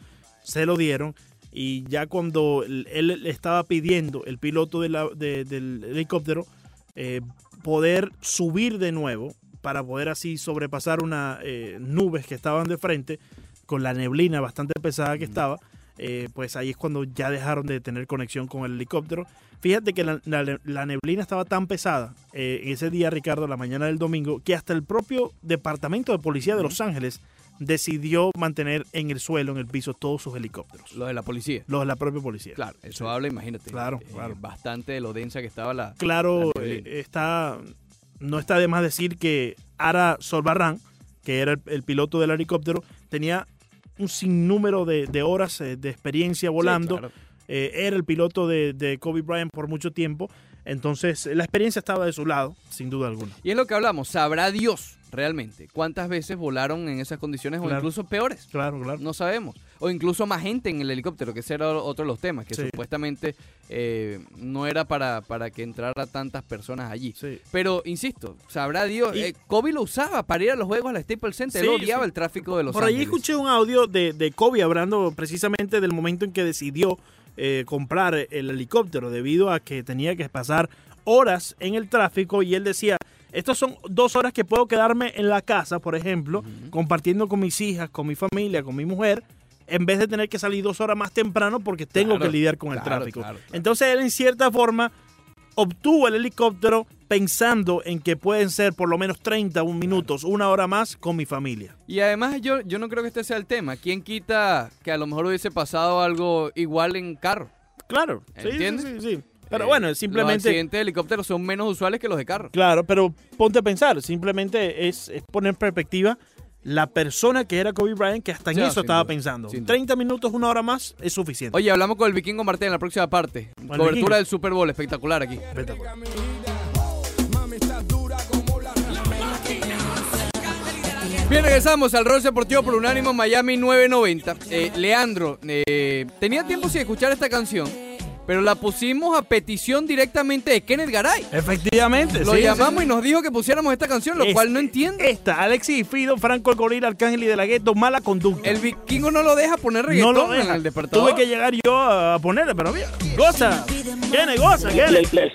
[SPEAKER 1] Se lo dieron. Y ya cuando él, él le estaba pidiendo, el piloto de la- de- del helicóptero, eh, poder subir de nuevo para poder así sobrepasar unas nubes que estaban de frente con la neblina bastante pesada que estaba, eh, pues ahí es cuando ya dejaron de tener conexión con el helicóptero. Fíjate que la, la- la neblina estaba tan pesada eh, ese día, Ricardo, la mañana del domingo, que hasta el propio Departamento de Policía de Los Ángeles decidió mantener en el suelo, en el piso, todos sus helicópteros.
[SPEAKER 2] Lo de la policía.
[SPEAKER 1] Los de la propia policía.
[SPEAKER 2] Claro, eso
[SPEAKER 1] Sí.
[SPEAKER 2] habla, imagínate.
[SPEAKER 1] Claro,
[SPEAKER 2] eh,
[SPEAKER 1] claro.
[SPEAKER 2] Bastante de lo densa que estaba la.
[SPEAKER 1] Claro,
[SPEAKER 2] La neblina.
[SPEAKER 1] eh, está, no está de más decir que Ara Solbarrán, que era el, el piloto del helicóptero, tenía un sinnúmero de, de horas eh, de experiencia volando.
[SPEAKER 2] Sí, claro.
[SPEAKER 1] Eh, era el piloto de, de Kobe Bryant por mucho tiempo. Entonces, eh, la experiencia estaba de su lado, sin duda alguna.
[SPEAKER 2] Y es lo que hablamos. Sabrá Dios realmente cuántas veces volaron en esas condiciones o
[SPEAKER 1] Claro.
[SPEAKER 2] incluso peores.
[SPEAKER 1] Claro, claro.
[SPEAKER 2] No sabemos. O incluso más gente en el helicóptero, que ese era otro de los temas, que
[SPEAKER 1] Sí.
[SPEAKER 2] supuestamente eh, no era para, para que entrara tantas personas allí.
[SPEAKER 1] Sí.
[SPEAKER 2] Pero, insisto, sabrá Dios,
[SPEAKER 1] Y-
[SPEAKER 2] eh, Kobe lo usaba para ir a los juegos a la Staples Center.
[SPEAKER 1] Sí,
[SPEAKER 2] Él odiaba
[SPEAKER 1] sí.
[SPEAKER 2] el tráfico de Los
[SPEAKER 1] Por ahí
[SPEAKER 2] Ángeles.
[SPEAKER 1] escuché un audio de, de Kobe hablando precisamente del momento en que decidió eh, comprar el helicóptero debido a que tenía que pasar horas en el tráfico y él decía, estas son dos horas que puedo quedarme en la casa, por ejemplo, compartiendo con mis hijas, con mi familia, con mi mujer, en vez de tener que salir dos horas más temprano porque tengo
[SPEAKER 2] Claro,
[SPEAKER 1] que lidiar con el
[SPEAKER 2] claro,
[SPEAKER 1] tráfico.
[SPEAKER 2] claro, claro.
[SPEAKER 1] Entonces él en cierta forma obtuvo el helicóptero pensando en que pueden ser por lo menos 30 minutos, una hora más con mi familia.
[SPEAKER 2] Y además yo, yo no creo que este sea el tema. ¿Quién quita que a lo mejor hubiese pasado algo igual en carro?
[SPEAKER 1] Claro, sí, sí,
[SPEAKER 2] ¿Entiendes?
[SPEAKER 1] sí, sí. Pero
[SPEAKER 2] Eh,
[SPEAKER 1] bueno,
[SPEAKER 2] Los
[SPEAKER 1] simplemente...
[SPEAKER 2] accidentes de helicópteros son menos usuales que los de carro.
[SPEAKER 1] Claro, pero ponte a pensar, simplemente es, es poner en perspectiva la persona que era Kobe Bryant, que hasta en
[SPEAKER 2] Ya,
[SPEAKER 1] eso
[SPEAKER 2] sin
[SPEAKER 1] estaba
[SPEAKER 2] duda,
[SPEAKER 1] pensando.
[SPEAKER 2] sin duda.
[SPEAKER 1] 30 minutos, una hora más es suficiente.
[SPEAKER 2] Oye, hablamos con el vikingo Martín en la próxima parte.
[SPEAKER 1] Bueno,
[SPEAKER 2] Cobertura
[SPEAKER 1] Vikingo.
[SPEAKER 2] del Super Bowl, espectacular aquí.
[SPEAKER 1] Espectacular.
[SPEAKER 3] Mami, estás dura como la rama.
[SPEAKER 2] Bien, regresamos al rol deportivo por Unánimo Miami 990. Eh, Leandro, eh, tenía tiempo sin escuchar esta canción, pero la pusimos a petición directamente de Kenneth Garay.
[SPEAKER 1] Efectivamente,
[SPEAKER 2] Lo
[SPEAKER 1] sí,
[SPEAKER 2] llamamos
[SPEAKER 1] sí,
[SPEAKER 2] y nos dijo que pusiéramos esta canción, lo
[SPEAKER 1] Es-
[SPEAKER 2] cual no
[SPEAKER 1] sí.
[SPEAKER 2] entiendo.
[SPEAKER 1] Esta, Alexis y Fido, Franco el Gorila, Arcángel y de la Gueto, mala conducta.
[SPEAKER 2] El vikingo no lo deja poner
[SPEAKER 1] no
[SPEAKER 2] reggaetón
[SPEAKER 1] lo deja.
[SPEAKER 2] en el despertador.
[SPEAKER 1] Tuve que llegar yo a ponerle, pero mira, goza. Kenneth, goza, Kenneth.
[SPEAKER 4] Play, play.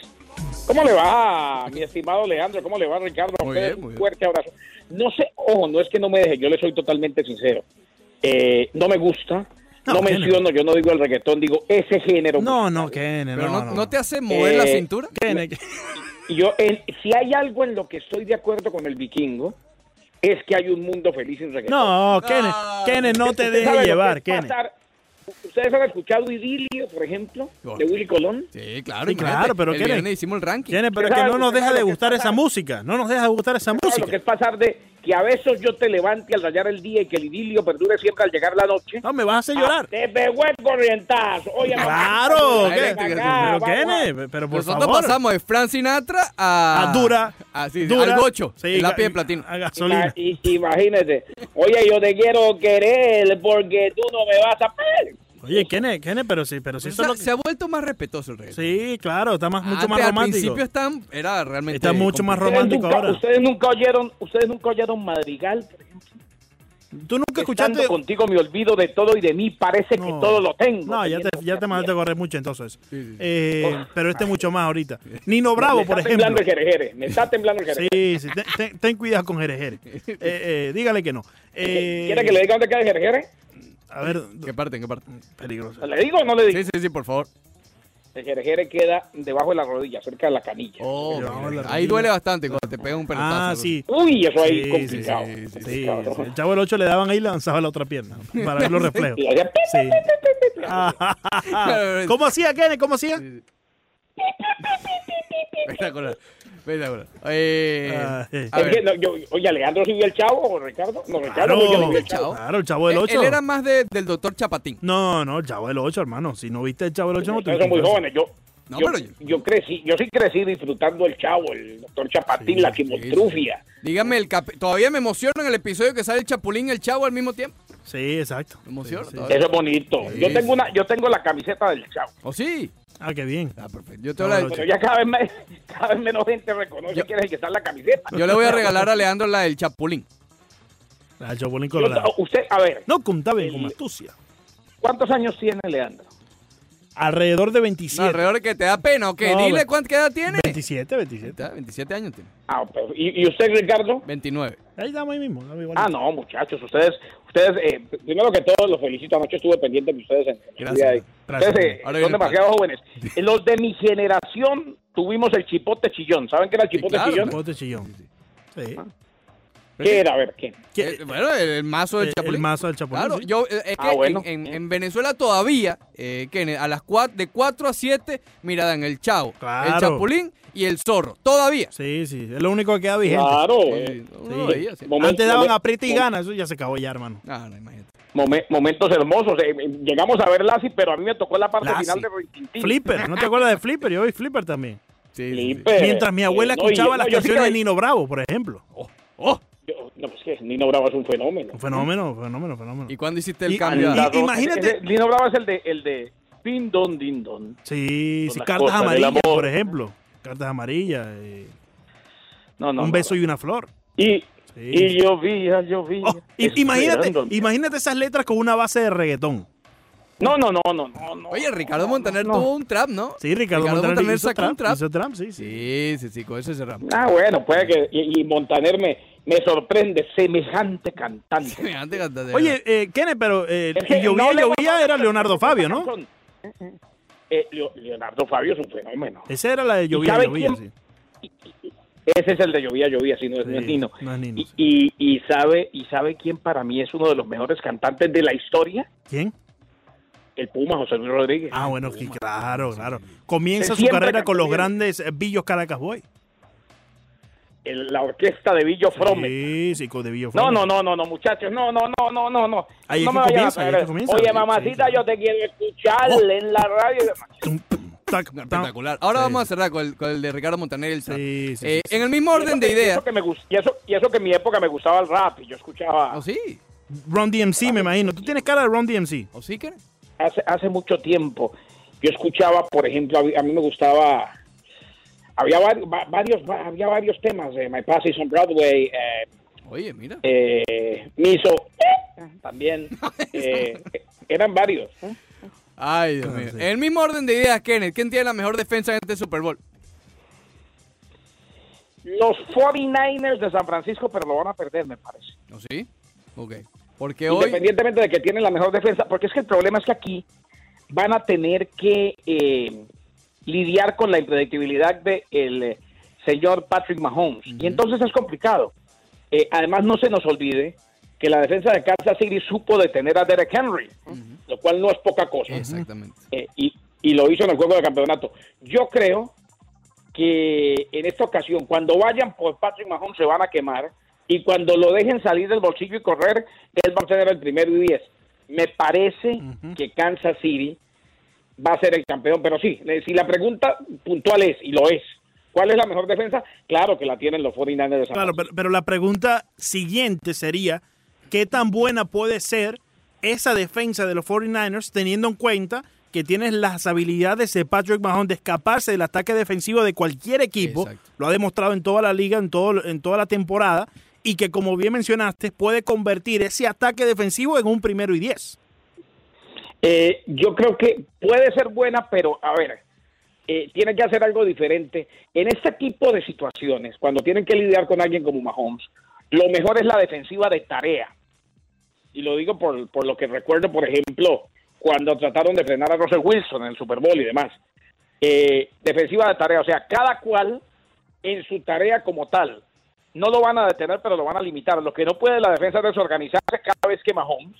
[SPEAKER 4] ¿Cómo le va, mi estimado Leandro? ¿Cómo le va, Ricardo? A
[SPEAKER 2] Muy
[SPEAKER 4] ustedes
[SPEAKER 2] bien, muy
[SPEAKER 4] Un
[SPEAKER 2] bien.
[SPEAKER 4] fuerte abrazo. No sé, ojo, no es que no me deje, yo le soy totalmente sincero. Eh, no me gusta,
[SPEAKER 1] No,
[SPEAKER 4] no,
[SPEAKER 1] que no.
[SPEAKER 4] menciono, yo no digo el reggaetón, digo ese género.
[SPEAKER 1] No, no, Kenneth,
[SPEAKER 2] Pero
[SPEAKER 1] no,
[SPEAKER 2] no, no te hace mover la
[SPEAKER 4] Eh,
[SPEAKER 2] cintura.
[SPEAKER 1] Kenneth.
[SPEAKER 4] Y yo, en- si hay algo en lo que estoy de acuerdo con el vikingo, es que hay un mundo feliz sin reggaetón.
[SPEAKER 1] No, Kenneth,
[SPEAKER 2] Ah.
[SPEAKER 1] Kenneth, no te
[SPEAKER 4] Usted sabe lo
[SPEAKER 1] dejes
[SPEAKER 4] que
[SPEAKER 1] llevar,
[SPEAKER 4] es
[SPEAKER 1] Kenneth.
[SPEAKER 4] pasar- ¿Ustedes han escuchado Idilio, por ejemplo, de Willy Colón?
[SPEAKER 2] Sí, claro,
[SPEAKER 1] Sí,
[SPEAKER 2] imagínate.
[SPEAKER 1] claro, pero
[SPEAKER 2] el
[SPEAKER 1] Kenneth-
[SPEAKER 2] viernes hicimos el ranking.
[SPEAKER 1] Kenneth, pero es que
[SPEAKER 4] sabe
[SPEAKER 1] no
[SPEAKER 4] lo
[SPEAKER 1] nos
[SPEAKER 4] que
[SPEAKER 1] deja
[SPEAKER 4] sabe
[SPEAKER 1] de
[SPEAKER 4] lo que
[SPEAKER 1] gustar esa
[SPEAKER 4] sabe.
[SPEAKER 1] música, no nos deja de gustar esa
[SPEAKER 4] Claro, lo que
[SPEAKER 1] música.
[SPEAKER 4] es pasar de que a veces yo te levante al rayar el día y que el idilio perdure siempre al llegar la noche.
[SPEAKER 1] No, me vas a hacer llorar.
[SPEAKER 4] Te pegó el corrientazo. Oye,
[SPEAKER 1] Claro,
[SPEAKER 4] mamá,
[SPEAKER 1] ¿qué?
[SPEAKER 4] ven
[SPEAKER 2] Kenneth,
[SPEAKER 4] acá,
[SPEAKER 1] pero
[SPEAKER 4] vamos a-
[SPEAKER 1] Kenneth, pero por
[SPEAKER 2] Nosotros
[SPEAKER 1] favor.
[SPEAKER 2] pasamos de Fran Sinatra a.
[SPEAKER 1] A dura,
[SPEAKER 2] A, sí,
[SPEAKER 1] dura,
[SPEAKER 2] al gocho.
[SPEAKER 1] sí,
[SPEAKER 2] el
[SPEAKER 1] a-
[SPEAKER 2] lápiz de platino.
[SPEAKER 1] A gasolina.
[SPEAKER 4] Ima- i- Imagínate. Oye, yo te quiero querer porque tú no me vas a pegar.
[SPEAKER 1] Oye, Kenneth, Kenneth, pero sí, pero sí,
[SPEAKER 2] Pero
[SPEAKER 1] eso
[SPEAKER 2] se,
[SPEAKER 1] es lo
[SPEAKER 2] se
[SPEAKER 1] que...
[SPEAKER 2] ha vuelto más respetuoso el reggaetón.
[SPEAKER 1] Sí, claro, está más, mucho
[SPEAKER 2] Antes,
[SPEAKER 1] más
[SPEAKER 2] Ah, Al
[SPEAKER 1] romántico.
[SPEAKER 2] principio están, era realmente.
[SPEAKER 1] Está mucho más
[SPEAKER 2] complicado.
[SPEAKER 1] romántico
[SPEAKER 4] nunca,
[SPEAKER 1] ahora.
[SPEAKER 4] ustedes nunca oyeron, ustedes nunca oyeron Madrigal. por ejemplo?
[SPEAKER 1] Tú nunca
[SPEAKER 4] Estando
[SPEAKER 1] escuchaste.
[SPEAKER 4] contigo me olvido de todo y de mí parece que
[SPEAKER 1] No.
[SPEAKER 4] todo lo tengo.
[SPEAKER 1] No, ya te, ya te mandaste a correr mucho entonces. Eh,
[SPEAKER 4] Oh.
[SPEAKER 1] pero este mucho más ahorita. Nino Bravo,
[SPEAKER 4] Me
[SPEAKER 1] por
[SPEAKER 4] está temblando
[SPEAKER 1] ejemplo.
[SPEAKER 4] el jerejere, me está temblando el jerejere.
[SPEAKER 1] Sí, sí, ten, ten- ten cuidado con Jerejere. Eh, eh, dígale que no. Eh,
[SPEAKER 4] ¿Quiere que le diga dónde queda el jerejere?
[SPEAKER 1] A ver,
[SPEAKER 2] ¿Qué parte? ¿En qué parte?
[SPEAKER 1] peligroso.
[SPEAKER 4] ¿Le digo o no le digo?
[SPEAKER 2] Sí, sí, sí, por favor.
[SPEAKER 4] El jerejere queda debajo de la rodilla, cerca de la canilla.
[SPEAKER 2] Oh,
[SPEAKER 1] Pero vamos a la
[SPEAKER 2] mira, ahí
[SPEAKER 1] rodilla.
[SPEAKER 2] duele bastante cuando te pega un pelotazo.
[SPEAKER 1] Ah,
[SPEAKER 2] ¿no?
[SPEAKER 1] sí.
[SPEAKER 4] Uy, eso ahí
[SPEAKER 1] Sí,
[SPEAKER 4] es
[SPEAKER 1] sí,
[SPEAKER 4] complicado.
[SPEAKER 2] sí, sí,
[SPEAKER 1] Sí,
[SPEAKER 4] Complicado.
[SPEAKER 1] el chavo del 8 le daban ahí y le lanzaba la otra pierna para ver los reflejos.
[SPEAKER 4] Y hacía pi,
[SPEAKER 1] Sí.
[SPEAKER 4] pi, pi, pi, pi, pi.
[SPEAKER 1] ¿Cómo hacía, Kenneth? ¿Cómo hacía?
[SPEAKER 2] Espectacular. Espectacular. Eh,
[SPEAKER 1] Ah, sí.
[SPEAKER 2] a
[SPEAKER 4] Es que
[SPEAKER 2] ver.
[SPEAKER 4] no, yo- oye, Alejandro sí vio el chavo o Ricardo. No, Ricardo
[SPEAKER 1] Claro,
[SPEAKER 4] fue el que le vio el chavo.
[SPEAKER 2] Chavo.
[SPEAKER 1] claro, el chavo del
[SPEAKER 2] Él,
[SPEAKER 1] 8.
[SPEAKER 2] él era más de- del doctor Chapatín.
[SPEAKER 1] No, no, el chavo del 8, hermano. Si no viste el chavo del 8, no te
[SPEAKER 4] Ustedes son muy
[SPEAKER 1] interesa.
[SPEAKER 4] jóvenes. Yo,
[SPEAKER 2] No,
[SPEAKER 4] yo,
[SPEAKER 2] pero yo-
[SPEAKER 4] yo crecí, yo sí crecí disfrutando el chavo, el doctor Chapatín, la chimotrufia.
[SPEAKER 2] Dígame, el cap- todavía me emociono en el episodio que sale el Chapulín y el Chavo al mismo tiempo.
[SPEAKER 1] Sí, exacto.
[SPEAKER 2] Me emociono
[SPEAKER 1] Sí, sí.
[SPEAKER 2] todavía.
[SPEAKER 4] Eso es bonito.
[SPEAKER 2] Sí,
[SPEAKER 4] Yo
[SPEAKER 2] sí.
[SPEAKER 4] tengo una, yo tengo la camiseta del chavo.
[SPEAKER 2] ¿O sí?
[SPEAKER 1] Ah, qué bien.
[SPEAKER 2] Ah, perfecto. Yo, te
[SPEAKER 1] No,
[SPEAKER 2] la-
[SPEAKER 1] no,
[SPEAKER 4] Pero ya cada vez, más- cada vez menos gente reconoce
[SPEAKER 2] Yo-
[SPEAKER 4] quién es el que está en la camiseta.
[SPEAKER 2] yo le voy a regalar a Leandro la del Chapulín.
[SPEAKER 1] Ah, El chapulín
[SPEAKER 4] Yo-
[SPEAKER 1] colorado.
[SPEAKER 4] usted, a ver,
[SPEAKER 1] No contaba bien
[SPEAKER 4] El-
[SPEAKER 1] con astucia.
[SPEAKER 4] ¿cuántos años tiene Leandro?
[SPEAKER 1] Alrededor de
[SPEAKER 2] No,
[SPEAKER 1] 27.
[SPEAKER 2] alrededor de que te da pena, ¿ok?
[SPEAKER 1] No,
[SPEAKER 2] Dile
[SPEAKER 1] ve-
[SPEAKER 2] cuánta qué edad tiene.
[SPEAKER 1] 27, 27.
[SPEAKER 2] Está, 27 años tiene.
[SPEAKER 4] Ah, pero- ¿y, y usted, Ricardo?
[SPEAKER 2] 29.
[SPEAKER 1] Ahí estamos ahí mismo. estamos igual.
[SPEAKER 4] Ah, no, muchachos, ustedes, ustedes, eh, primero que todo, los felicito. Anoche estuve pendiente de ustedes. En, en el
[SPEAKER 2] Gracias,
[SPEAKER 4] día de hoy.
[SPEAKER 1] gracias.
[SPEAKER 4] Ustedes, eh,
[SPEAKER 2] Ahora
[SPEAKER 4] son
[SPEAKER 2] viene el
[SPEAKER 4] demasiado jóvenes. Eh, Los de mi generación tuvimos el chipote chillón. ¿Saben qué era el chipote
[SPEAKER 2] claro,
[SPEAKER 4] chillón?
[SPEAKER 1] Bote chillón. Sí.
[SPEAKER 4] Ah. ¿Qué era? A ver, ¿qué?
[SPEAKER 1] ¿Qué-
[SPEAKER 2] Eh, bueno, el, el mazo del
[SPEAKER 1] el-
[SPEAKER 2] Chapulín.
[SPEAKER 1] el mazo del Chapulín,
[SPEAKER 2] Claro,
[SPEAKER 1] sí.
[SPEAKER 2] yo, eh, es
[SPEAKER 4] Ah,
[SPEAKER 2] que en-
[SPEAKER 4] bueno.
[SPEAKER 2] en, en Venezuela todavía, eh, Kenneth, a las cuat- de 4 a 7, mira, dan el Chavo,
[SPEAKER 1] Claro.
[SPEAKER 2] el Chapulín y el Zorro. Todavía.
[SPEAKER 1] Sí, sí. Es lo único que queda vigente.
[SPEAKER 4] Claro.
[SPEAKER 2] Eh,
[SPEAKER 4] eh,
[SPEAKER 2] uno lo veía, sí.
[SPEAKER 4] momen-
[SPEAKER 1] Antes daban
[SPEAKER 4] momen-
[SPEAKER 1] aprieta y gana. Eso ya se acabó ya, hermano.
[SPEAKER 2] Ah, no, imagínate.
[SPEAKER 4] momen- momentos hermosos. eh, eh, llegamos a ver Lassie, pero a mí me tocó la parte
[SPEAKER 1] Lassie.
[SPEAKER 4] final de Rintintín.
[SPEAKER 1] Flipper. ¿No te acuerdas de Flipper? Yo vi Flipper también.
[SPEAKER 2] Sí, sí, sí.
[SPEAKER 4] Flipper.
[SPEAKER 1] Mientras mi abuela
[SPEAKER 4] Eh, no, y-
[SPEAKER 1] escuchaba las
[SPEAKER 4] no, yo sí
[SPEAKER 1] canciones de
[SPEAKER 4] que-
[SPEAKER 1] Nino Bravo, por ejemplo.
[SPEAKER 2] ¡Oh!
[SPEAKER 4] yo- No, pues que Nino Bravo es un fenómeno.
[SPEAKER 1] Un fenómeno, fenómeno, fenómeno.
[SPEAKER 2] ¿Y cuándo hiciste el
[SPEAKER 1] Y-
[SPEAKER 2] cambio? a-
[SPEAKER 1] y- imagínate-
[SPEAKER 4] Ese- Nino Bravo es el de, el de Din Don Din Don.
[SPEAKER 1] Sí,
[SPEAKER 4] Son
[SPEAKER 1] sí.
[SPEAKER 4] las
[SPEAKER 1] Cartas
[SPEAKER 4] cosas del
[SPEAKER 1] amarillas,
[SPEAKER 4] amor.
[SPEAKER 1] por ejemplo. Cartas amarillas. eh,
[SPEAKER 4] No, no,
[SPEAKER 1] un
[SPEAKER 4] no,
[SPEAKER 1] beso
[SPEAKER 4] no.
[SPEAKER 1] y una flor.
[SPEAKER 4] Y,
[SPEAKER 1] Sí.
[SPEAKER 4] y llovía, llovía.
[SPEAKER 1] Oh, y- imagínate,
[SPEAKER 4] esperando-
[SPEAKER 1] imagínate esas letras con una base de reggaetón.
[SPEAKER 4] No, no, no, no, no, no.
[SPEAKER 2] Oye, Ricardo Montaner
[SPEAKER 4] no.
[SPEAKER 2] tuvo un trap, ¿no?
[SPEAKER 1] Sí, Ricardo, Montaner, hizo
[SPEAKER 2] sacó
[SPEAKER 1] trap,
[SPEAKER 2] un trap.
[SPEAKER 1] hizo trap, sí, sí.
[SPEAKER 2] Sí, sí, sí, con eso cerramos.
[SPEAKER 4] Ah, bueno, puede que. Y, y Montaner me, me sorprende, semejante cantante.
[SPEAKER 2] Antes cantante,
[SPEAKER 1] Oye, eh, Kenneth, pero eh,
[SPEAKER 4] Es que
[SPEAKER 1] y llovía,
[SPEAKER 4] no le
[SPEAKER 1] llovía era Leonardo Fabio, ¿no?
[SPEAKER 4] Canción. Eh, Leo- Leonardo Fabio es un fenómeno.
[SPEAKER 1] Esa era la de llovía,
[SPEAKER 4] sabe
[SPEAKER 1] llovía,
[SPEAKER 4] quién?
[SPEAKER 1] sí.
[SPEAKER 4] Ese es el de llovía, llovía, si no es, no es
[SPEAKER 1] Sí,
[SPEAKER 4] Nino.
[SPEAKER 1] no es Nino,
[SPEAKER 4] Y,
[SPEAKER 1] sí.
[SPEAKER 4] y, y sabe, y sabe quién para mí es uno de los mejores cantantes de la historia,
[SPEAKER 1] ¿Quién?
[SPEAKER 4] el Puma José Luis Rodríguez.
[SPEAKER 1] Ah, bueno, que claro, claro. Comienza
[SPEAKER 4] Él
[SPEAKER 1] su
[SPEAKER 4] siempre
[SPEAKER 1] carrera con los
[SPEAKER 4] cantó bien.
[SPEAKER 1] grandes eh, Billos Caracas Boy.
[SPEAKER 4] El- la orquesta de Villo Frome.
[SPEAKER 1] Sí, sí, con de Billo
[SPEAKER 4] No,
[SPEAKER 1] Frome.
[SPEAKER 4] no, no, no, no, muchachos, no, no, no, no, no, no.
[SPEAKER 1] Ahí es
[SPEAKER 4] no
[SPEAKER 1] que
[SPEAKER 4] me vayan a
[SPEAKER 1] comienza, ahí es que
[SPEAKER 4] traer-
[SPEAKER 1] comienza.
[SPEAKER 4] Oye,
[SPEAKER 1] Sí,
[SPEAKER 4] mamacita,
[SPEAKER 1] sí, Oh. claro.
[SPEAKER 4] yo te quiero escuchar en la radio.
[SPEAKER 1] Tum, pum, tac,
[SPEAKER 2] No,
[SPEAKER 1] tam.
[SPEAKER 2] Espectacular. Ahora
[SPEAKER 1] Sí,
[SPEAKER 2] vamos a
[SPEAKER 1] sí.
[SPEAKER 2] cerrar con el, con el de Ricardo Montaner y el trap.
[SPEAKER 1] Sí, sí,
[SPEAKER 2] Eh,
[SPEAKER 1] sí, sí.
[SPEAKER 2] En el mismo orden de
[SPEAKER 4] Y eso que- Y
[SPEAKER 2] ideas.
[SPEAKER 4] eso, que me gus- y, eso, y eso que en mi época me gustaba el rap y yo escuchaba
[SPEAKER 1] Oh,
[SPEAKER 2] ¿O ¿Ah, sí?
[SPEAKER 1] Ron DMC, me imagino. Tú tienes cara de Ron DMC.
[SPEAKER 2] ¿O sí, Kenneth?
[SPEAKER 4] hace, hace mucho tiempo. Yo escuchaba, por ejemplo, a mí, a mí me gustaba. Había vari- va- varios, va- había varios temas. eh, My Passes on Broadway, eh,
[SPEAKER 2] Oye, mira.
[SPEAKER 4] eh, Miso, eh, también. eh, eran varios.
[SPEAKER 2] Ay, Dios
[SPEAKER 1] Ah,
[SPEAKER 2] mío.
[SPEAKER 1] sí.
[SPEAKER 2] En el mismo orden de ideas, Kenneth, ¿quién tiene la mejor defensa en este Super Bowl?
[SPEAKER 4] Los 49ers de San Francisco, pero lo van a perder, me parece.
[SPEAKER 2] ¿O sí? Ok. Porque hoy.
[SPEAKER 4] Independientemente de que tienen la mejor defensa, porque es que el problema es que aquí van a tener que eh, lidiar con la impredictibilidad del señor Patrick Mahomes. Y entonces es complicado. Eh, además, no se nos olvide que la defensa de Kansas City supo detener a Derek Henry, lo cual no es poca cosa.
[SPEAKER 2] Exactamente.
[SPEAKER 4] Eh, y, y lo hizo en el juego de campeonato. Yo creo que en esta ocasión, cuando vayan por Patrick Mahomes, se van a quemar. Y cuando lo dejen salir del bolsillo y correr, él va a tener el primero y diez. Me parece
[SPEAKER 1] Ujú.
[SPEAKER 4] que Kansas City va a ser el campeón. Pero sí, le- si la pregunta puntual es, y lo es, ¿cuál es la mejor defensa? Claro que la tienen los 49ers de San
[SPEAKER 1] Claro, pero, pero la pregunta siguiente sería, ¿qué tan buena puede ser esa defensa de los 49ers teniendo en cuenta que tienes las habilidades de Patrick Mahomes de escaparse del ataque defensivo de cualquier equipo?
[SPEAKER 2] Exacto.
[SPEAKER 1] Lo ha demostrado en toda la liga, en, todo, en toda la temporada. y que, como bien mencionaste, puede convertir ese ataque defensivo en un primero y diez.
[SPEAKER 4] Eh, yo creo que puede ser buena, pero a ver, eh, tiene que hacer algo diferente. En este tipo de situaciones, cuando tienen que lidiar con alguien como Mahomes, lo mejor es la defensiva de tarea. Y lo digo por, por lo que recuerdo, por ejemplo, cuando trataron de frenar a Russell Wilson en el Super Bowl y demás. Eh, defensiva de tarea, o sea, cada cual en su tarea como tal. No lo van a detener, pero lo van a limitar. Lo que no puede la defensa es desorganizarse cada vez que Mahomes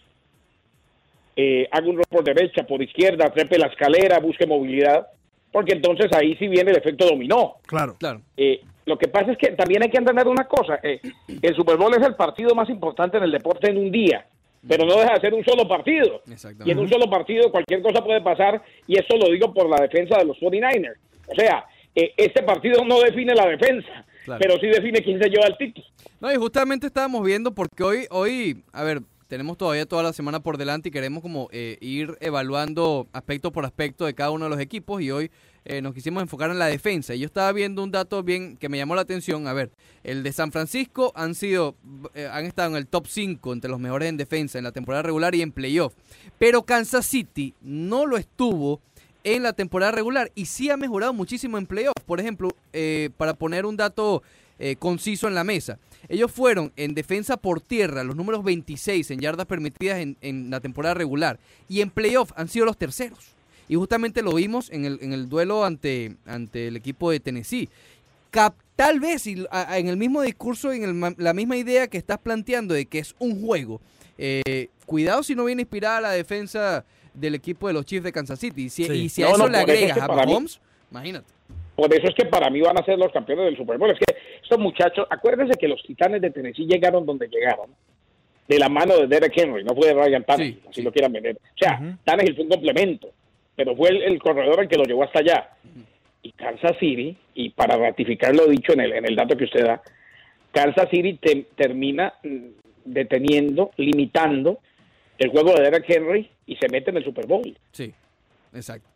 [SPEAKER 4] eh, haga un rol por derecha, por izquierda, trepe la escalera, busque movilidad, porque entonces ahí sí viene el efecto dominó.
[SPEAKER 1] Claro.
[SPEAKER 2] Claro.
[SPEAKER 4] Eh, lo que pasa es que también hay que entender una cosa, eh, el Super Bowl es el partido más importante en el deporte en un día, pero no deja de ser un solo partido.
[SPEAKER 2] Exactamente.
[SPEAKER 4] Y en un solo partido cualquier cosa puede pasar, y eso lo digo por la defensa de los 49ers. O sea, eh, este partido no define la defensa,
[SPEAKER 2] Claro.
[SPEAKER 4] pero sí define quién se lleva el título.
[SPEAKER 2] No, y justamente estábamos viendo porque hoy, hoy, a ver, tenemos todavía toda la semana por delante y queremos como eh, ir evaluando aspecto por aspecto de cada uno de los equipos y hoy eh, nos quisimos enfocar en la defensa. Y Yo estaba viendo un dato bien que me llamó la atención. A ver, el de San Francisco han sido, eh, han estado en el top 5 entre los mejores en defensa en la temporada regular y en playoff. Pero Kansas City no lo estuvo en la temporada regular y sí ha mejorado muchísimo en playoff. Por ejemplo, eh, para poner un dato eh, conciso en la mesa, ellos fueron en defensa por tierra los números 26 en yardas permitidas en, en la temporada regular y en playoff han sido los terceros. Y justamente lo vimos en el, en el duelo ante, ante el equipo de Tennessee. Cap- tal vez y a- a- en el mismo discurso, en el ma- la misma idea que estás planteando de que es un juego, eh, cuidado si no viene inspirada la defensa del equipo de los Chiefs de Kansas City. Y si,
[SPEAKER 1] Sí.
[SPEAKER 2] y si a
[SPEAKER 4] No,
[SPEAKER 2] eso
[SPEAKER 4] no,
[SPEAKER 2] le
[SPEAKER 4] por eso es
[SPEAKER 2] agregas
[SPEAKER 4] que
[SPEAKER 2] a
[SPEAKER 4] para mí-
[SPEAKER 2] Mahomes, imagínate.
[SPEAKER 4] Por eso es que para mí van a ser los campeones del Super Bowl. Es que estos muchachos, acuérdense que los titanes de Tennessee llegaron donde llegaron, de la mano de Derek Henry, no fue de Ryan Tannehill,
[SPEAKER 2] Sí,
[SPEAKER 4] así
[SPEAKER 2] sí.
[SPEAKER 4] lo quieran vender. O sea,
[SPEAKER 1] Ujú.
[SPEAKER 4] Tannehill fue un complemento, pero fue el, el corredor el que lo llevó hasta allá. Y Kansas City, y para ratificar lo dicho en el, en el dato que usted da, Kansas City te- termina mm, deteniendo, limitando el juego de Derek Henry y se mete en el Super Bowl.
[SPEAKER 2] Sí, exacto.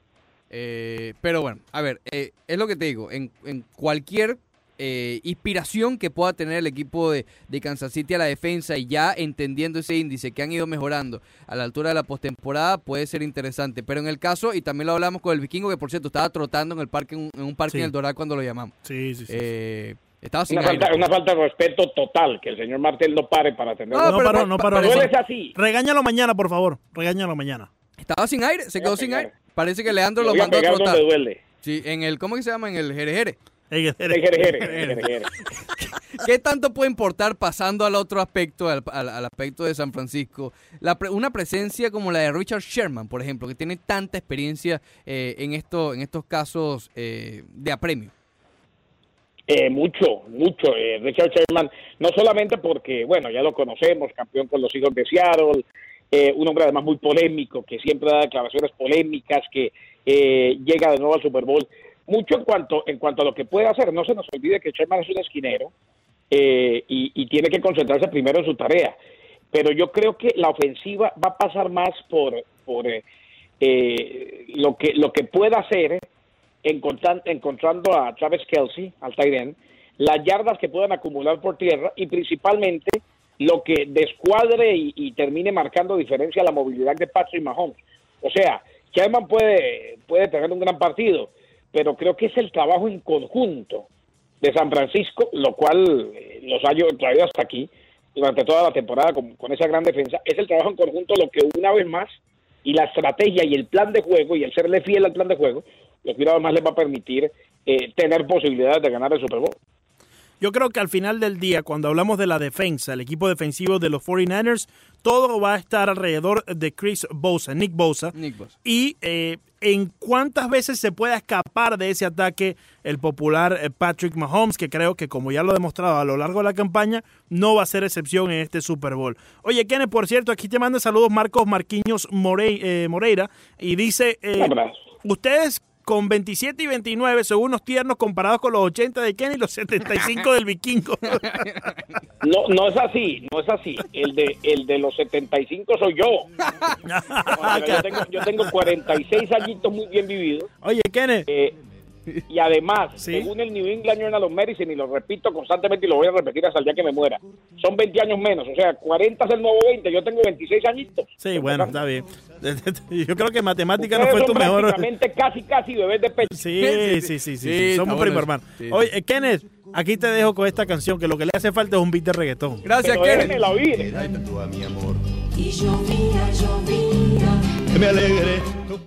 [SPEAKER 2] Eh, pero bueno, a ver, eh, es lo que te digo, en, en cualquier eh, inspiración que pueda tener el equipo de, de Kansas City a la defensa y ya entendiendo ese índice que han ido mejorando a la altura de la postemporada puede ser interesante. Pero en el caso, y también lo hablamos con el vikingo, que por cierto estaba trotando en el parque, en un, en un parque
[SPEAKER 1] Sí.
[SPEAKER 2] en el Doral cuando lo llamamos.
[SPEAKER 1] Sí, sí, sí.
[SPEAKER 2] Eh, estaba sin
[SPEAKER 4] Una
[SPEAKER 2] aire.
[SPEAKER 4] falta, una falta de respeto total, que el señor Martel no pare para atender
[SPEAKER 2] Ah,
[SPEAKER 1] no
[SPEAKER 2] pero-
[SPEAKER 1] paró, no paró.
[SPEAKER 4] Pero
[SPEAKER 1] no
[SPEAKER 4] él
[SPEAKER 1] paró.
[SPEAKER 4] es así.
[SPEAKER 1] Regáñalo mañana, por favor. Regáñalo mañana.
[SPEAKER 2] Estaba sin aire, se
[SPEAKER 4] Voy a
[SPEAKER 2] quedó sin
[SPEAKER 4] pegar.
[SPEAKER 2] aire. Parece que Leandro
[SPEAKER 4] Lo
[SPEAKER 2] lo
[SPEAKER 4] voy a
[SPEAKER 2] mandó a
[SPEAKER 4] pegar
[SPEAKER 2] trotar.
[SPEAKER 4] donde duele.
[SPEAKER 2] Sí, en el, ¿cómo que se llama? En el Jerejere.
[SPEAKER 1] Ey,
[SPEAKER 4] Jere,
[SPEAKER 1] eres-
[SPEAKER 4] jere, jere, jere, jere.
[SPEAKER 2] ¿Qué tanto puede importar pasando al otro aspecto, al, al- al aspecto de San Francisco? La pre- una presencia como la de Richard Sherman, por ejemplo, que tiene tanta experiencia eh, en, esto, en estos casos eh, de apremio.
[SPEAKER 4] Eh, mucho, mucho. eh, Richard Sherman, no solamente porque, bueno, ya lo conocemos, campeón con los hijos de Seattle, eh, un hombre además muy polémico, que siempre da declaraciones polémicas, que eh, llega de nuevo al Super Bowl. Mucho en cuanto, en cuanto a lo que puede hacer, no se nos olvide que Sherman es un esquinero eh, y, y tiene que concentrarse primero en su tarea. Pero yo creo que la ofensiva va a pasar más por, por eh, eh, lo, que, lo que pueda hacer encontran- encontrando a Travis Kelsey, al tight end, las yardas que puedan acumular por tierra y principalmente lo que descuadre y, y termine marcando diferencia a la movilidad de Patrick Mahomes. O sea, Sherman puede, puede tener un gran partido, pero creo que es el trabajo en conjunto de San Francisco, lo cual eh, los ha lle- traído hasta aquí durante toda la temporada con, con esa gran defensa, es el trabajo en conjunto lo que una vez más, y la estrategia y el plan de juego, y el serle fiel al plan de juego, lo que una vez más les va a permitir eh, tener posibilidades de ganar el Super Bowl.
[SPEAKER 1] Yo creo que al final del día, cuando hablamos de la defensa, el equipo defensivo de los 49ers, todo va a estar alrededor de Chris Bosa, Nick Bosa,
[SPEAKER 2] Nick Bosa.
[SPEAKER 1] y eh, en cuántas veces se pueda escapar de ese ataque el popular eh, Patrick Mahomes, que creo que como ya lo he demostrado a lo largo de la campaña, no va a ser excepción en este Super Bowl. Oye, Kenneth, por cierto, aquí te manda saludos Marcos Marquiños Morei- eh, Moreira y dice, eh,
[SPEAKER 4] Un abrazo.
[SPEAKER 1] ustedes con 27 y 29 son unos tiernos comparados con los 80 de Kenny y los 75 del vikingo.
[SPEAKER 4] No, no es así, no es así. El de, el de los 75 soy yo. Bueno, yo, tengo, yo tengo 46 añitos muy bien vividos.
[SPEAKER 1] Oye, Kenneth,
[SPEAKER 4] Eh, Y además,
[SPEAKER 1] Sí.
[SPEAKER 4] según el New England Journal of Medicine, y lo repito constantemente y lo voy a repetir hasta el día que me muera, son 20 años menos. O sea, 40 es el nuevo 20. Yo tengo 26 añitos.
[SPEAKER 1] Sí, bueno, está bien. Yo creo que matemática no
[SPEAKER 4] Ustedes
[SPEAKER 1] fue
[SPEAKER 4] son
[SPEAKER 1] tu mejor.
[SPEAKER 4] prácticamente casi, casi bebés de pecho.
[SPEAKER 1] Sí, sí,
[SPEAKER 2] Sí, sí.
[SPEAKER 1] sí, sí, sí,
[SPEAKER 2] Sí,
[SPEAKER 1] sí,
[SPEAKER 2] está
[SPEAKER 1] Somos
[SPEAKER 2] bueno
[SPEAKER 1] primo
[SPEAKER 2] eso.
[SPEAKER 1] hermano.
[SPEAKER 2] Sí, sí.
[SPEAKER 1] Oye, eh, Kenneth, aquí te dejo con esta canción que lo que le hace falta es un beat de reggaetón.
[SPEAKER 2] Gracias,
[SPEAKER 4] Pero
[SPEAKER 2] Kenneth.
[SPEAKER 4] déjenmela oír.
[SPEAKER 5] Tanto a mi amor,
[SPEAKER 6] Y llovía, llovía.
[SPEAKER 5] que me alegre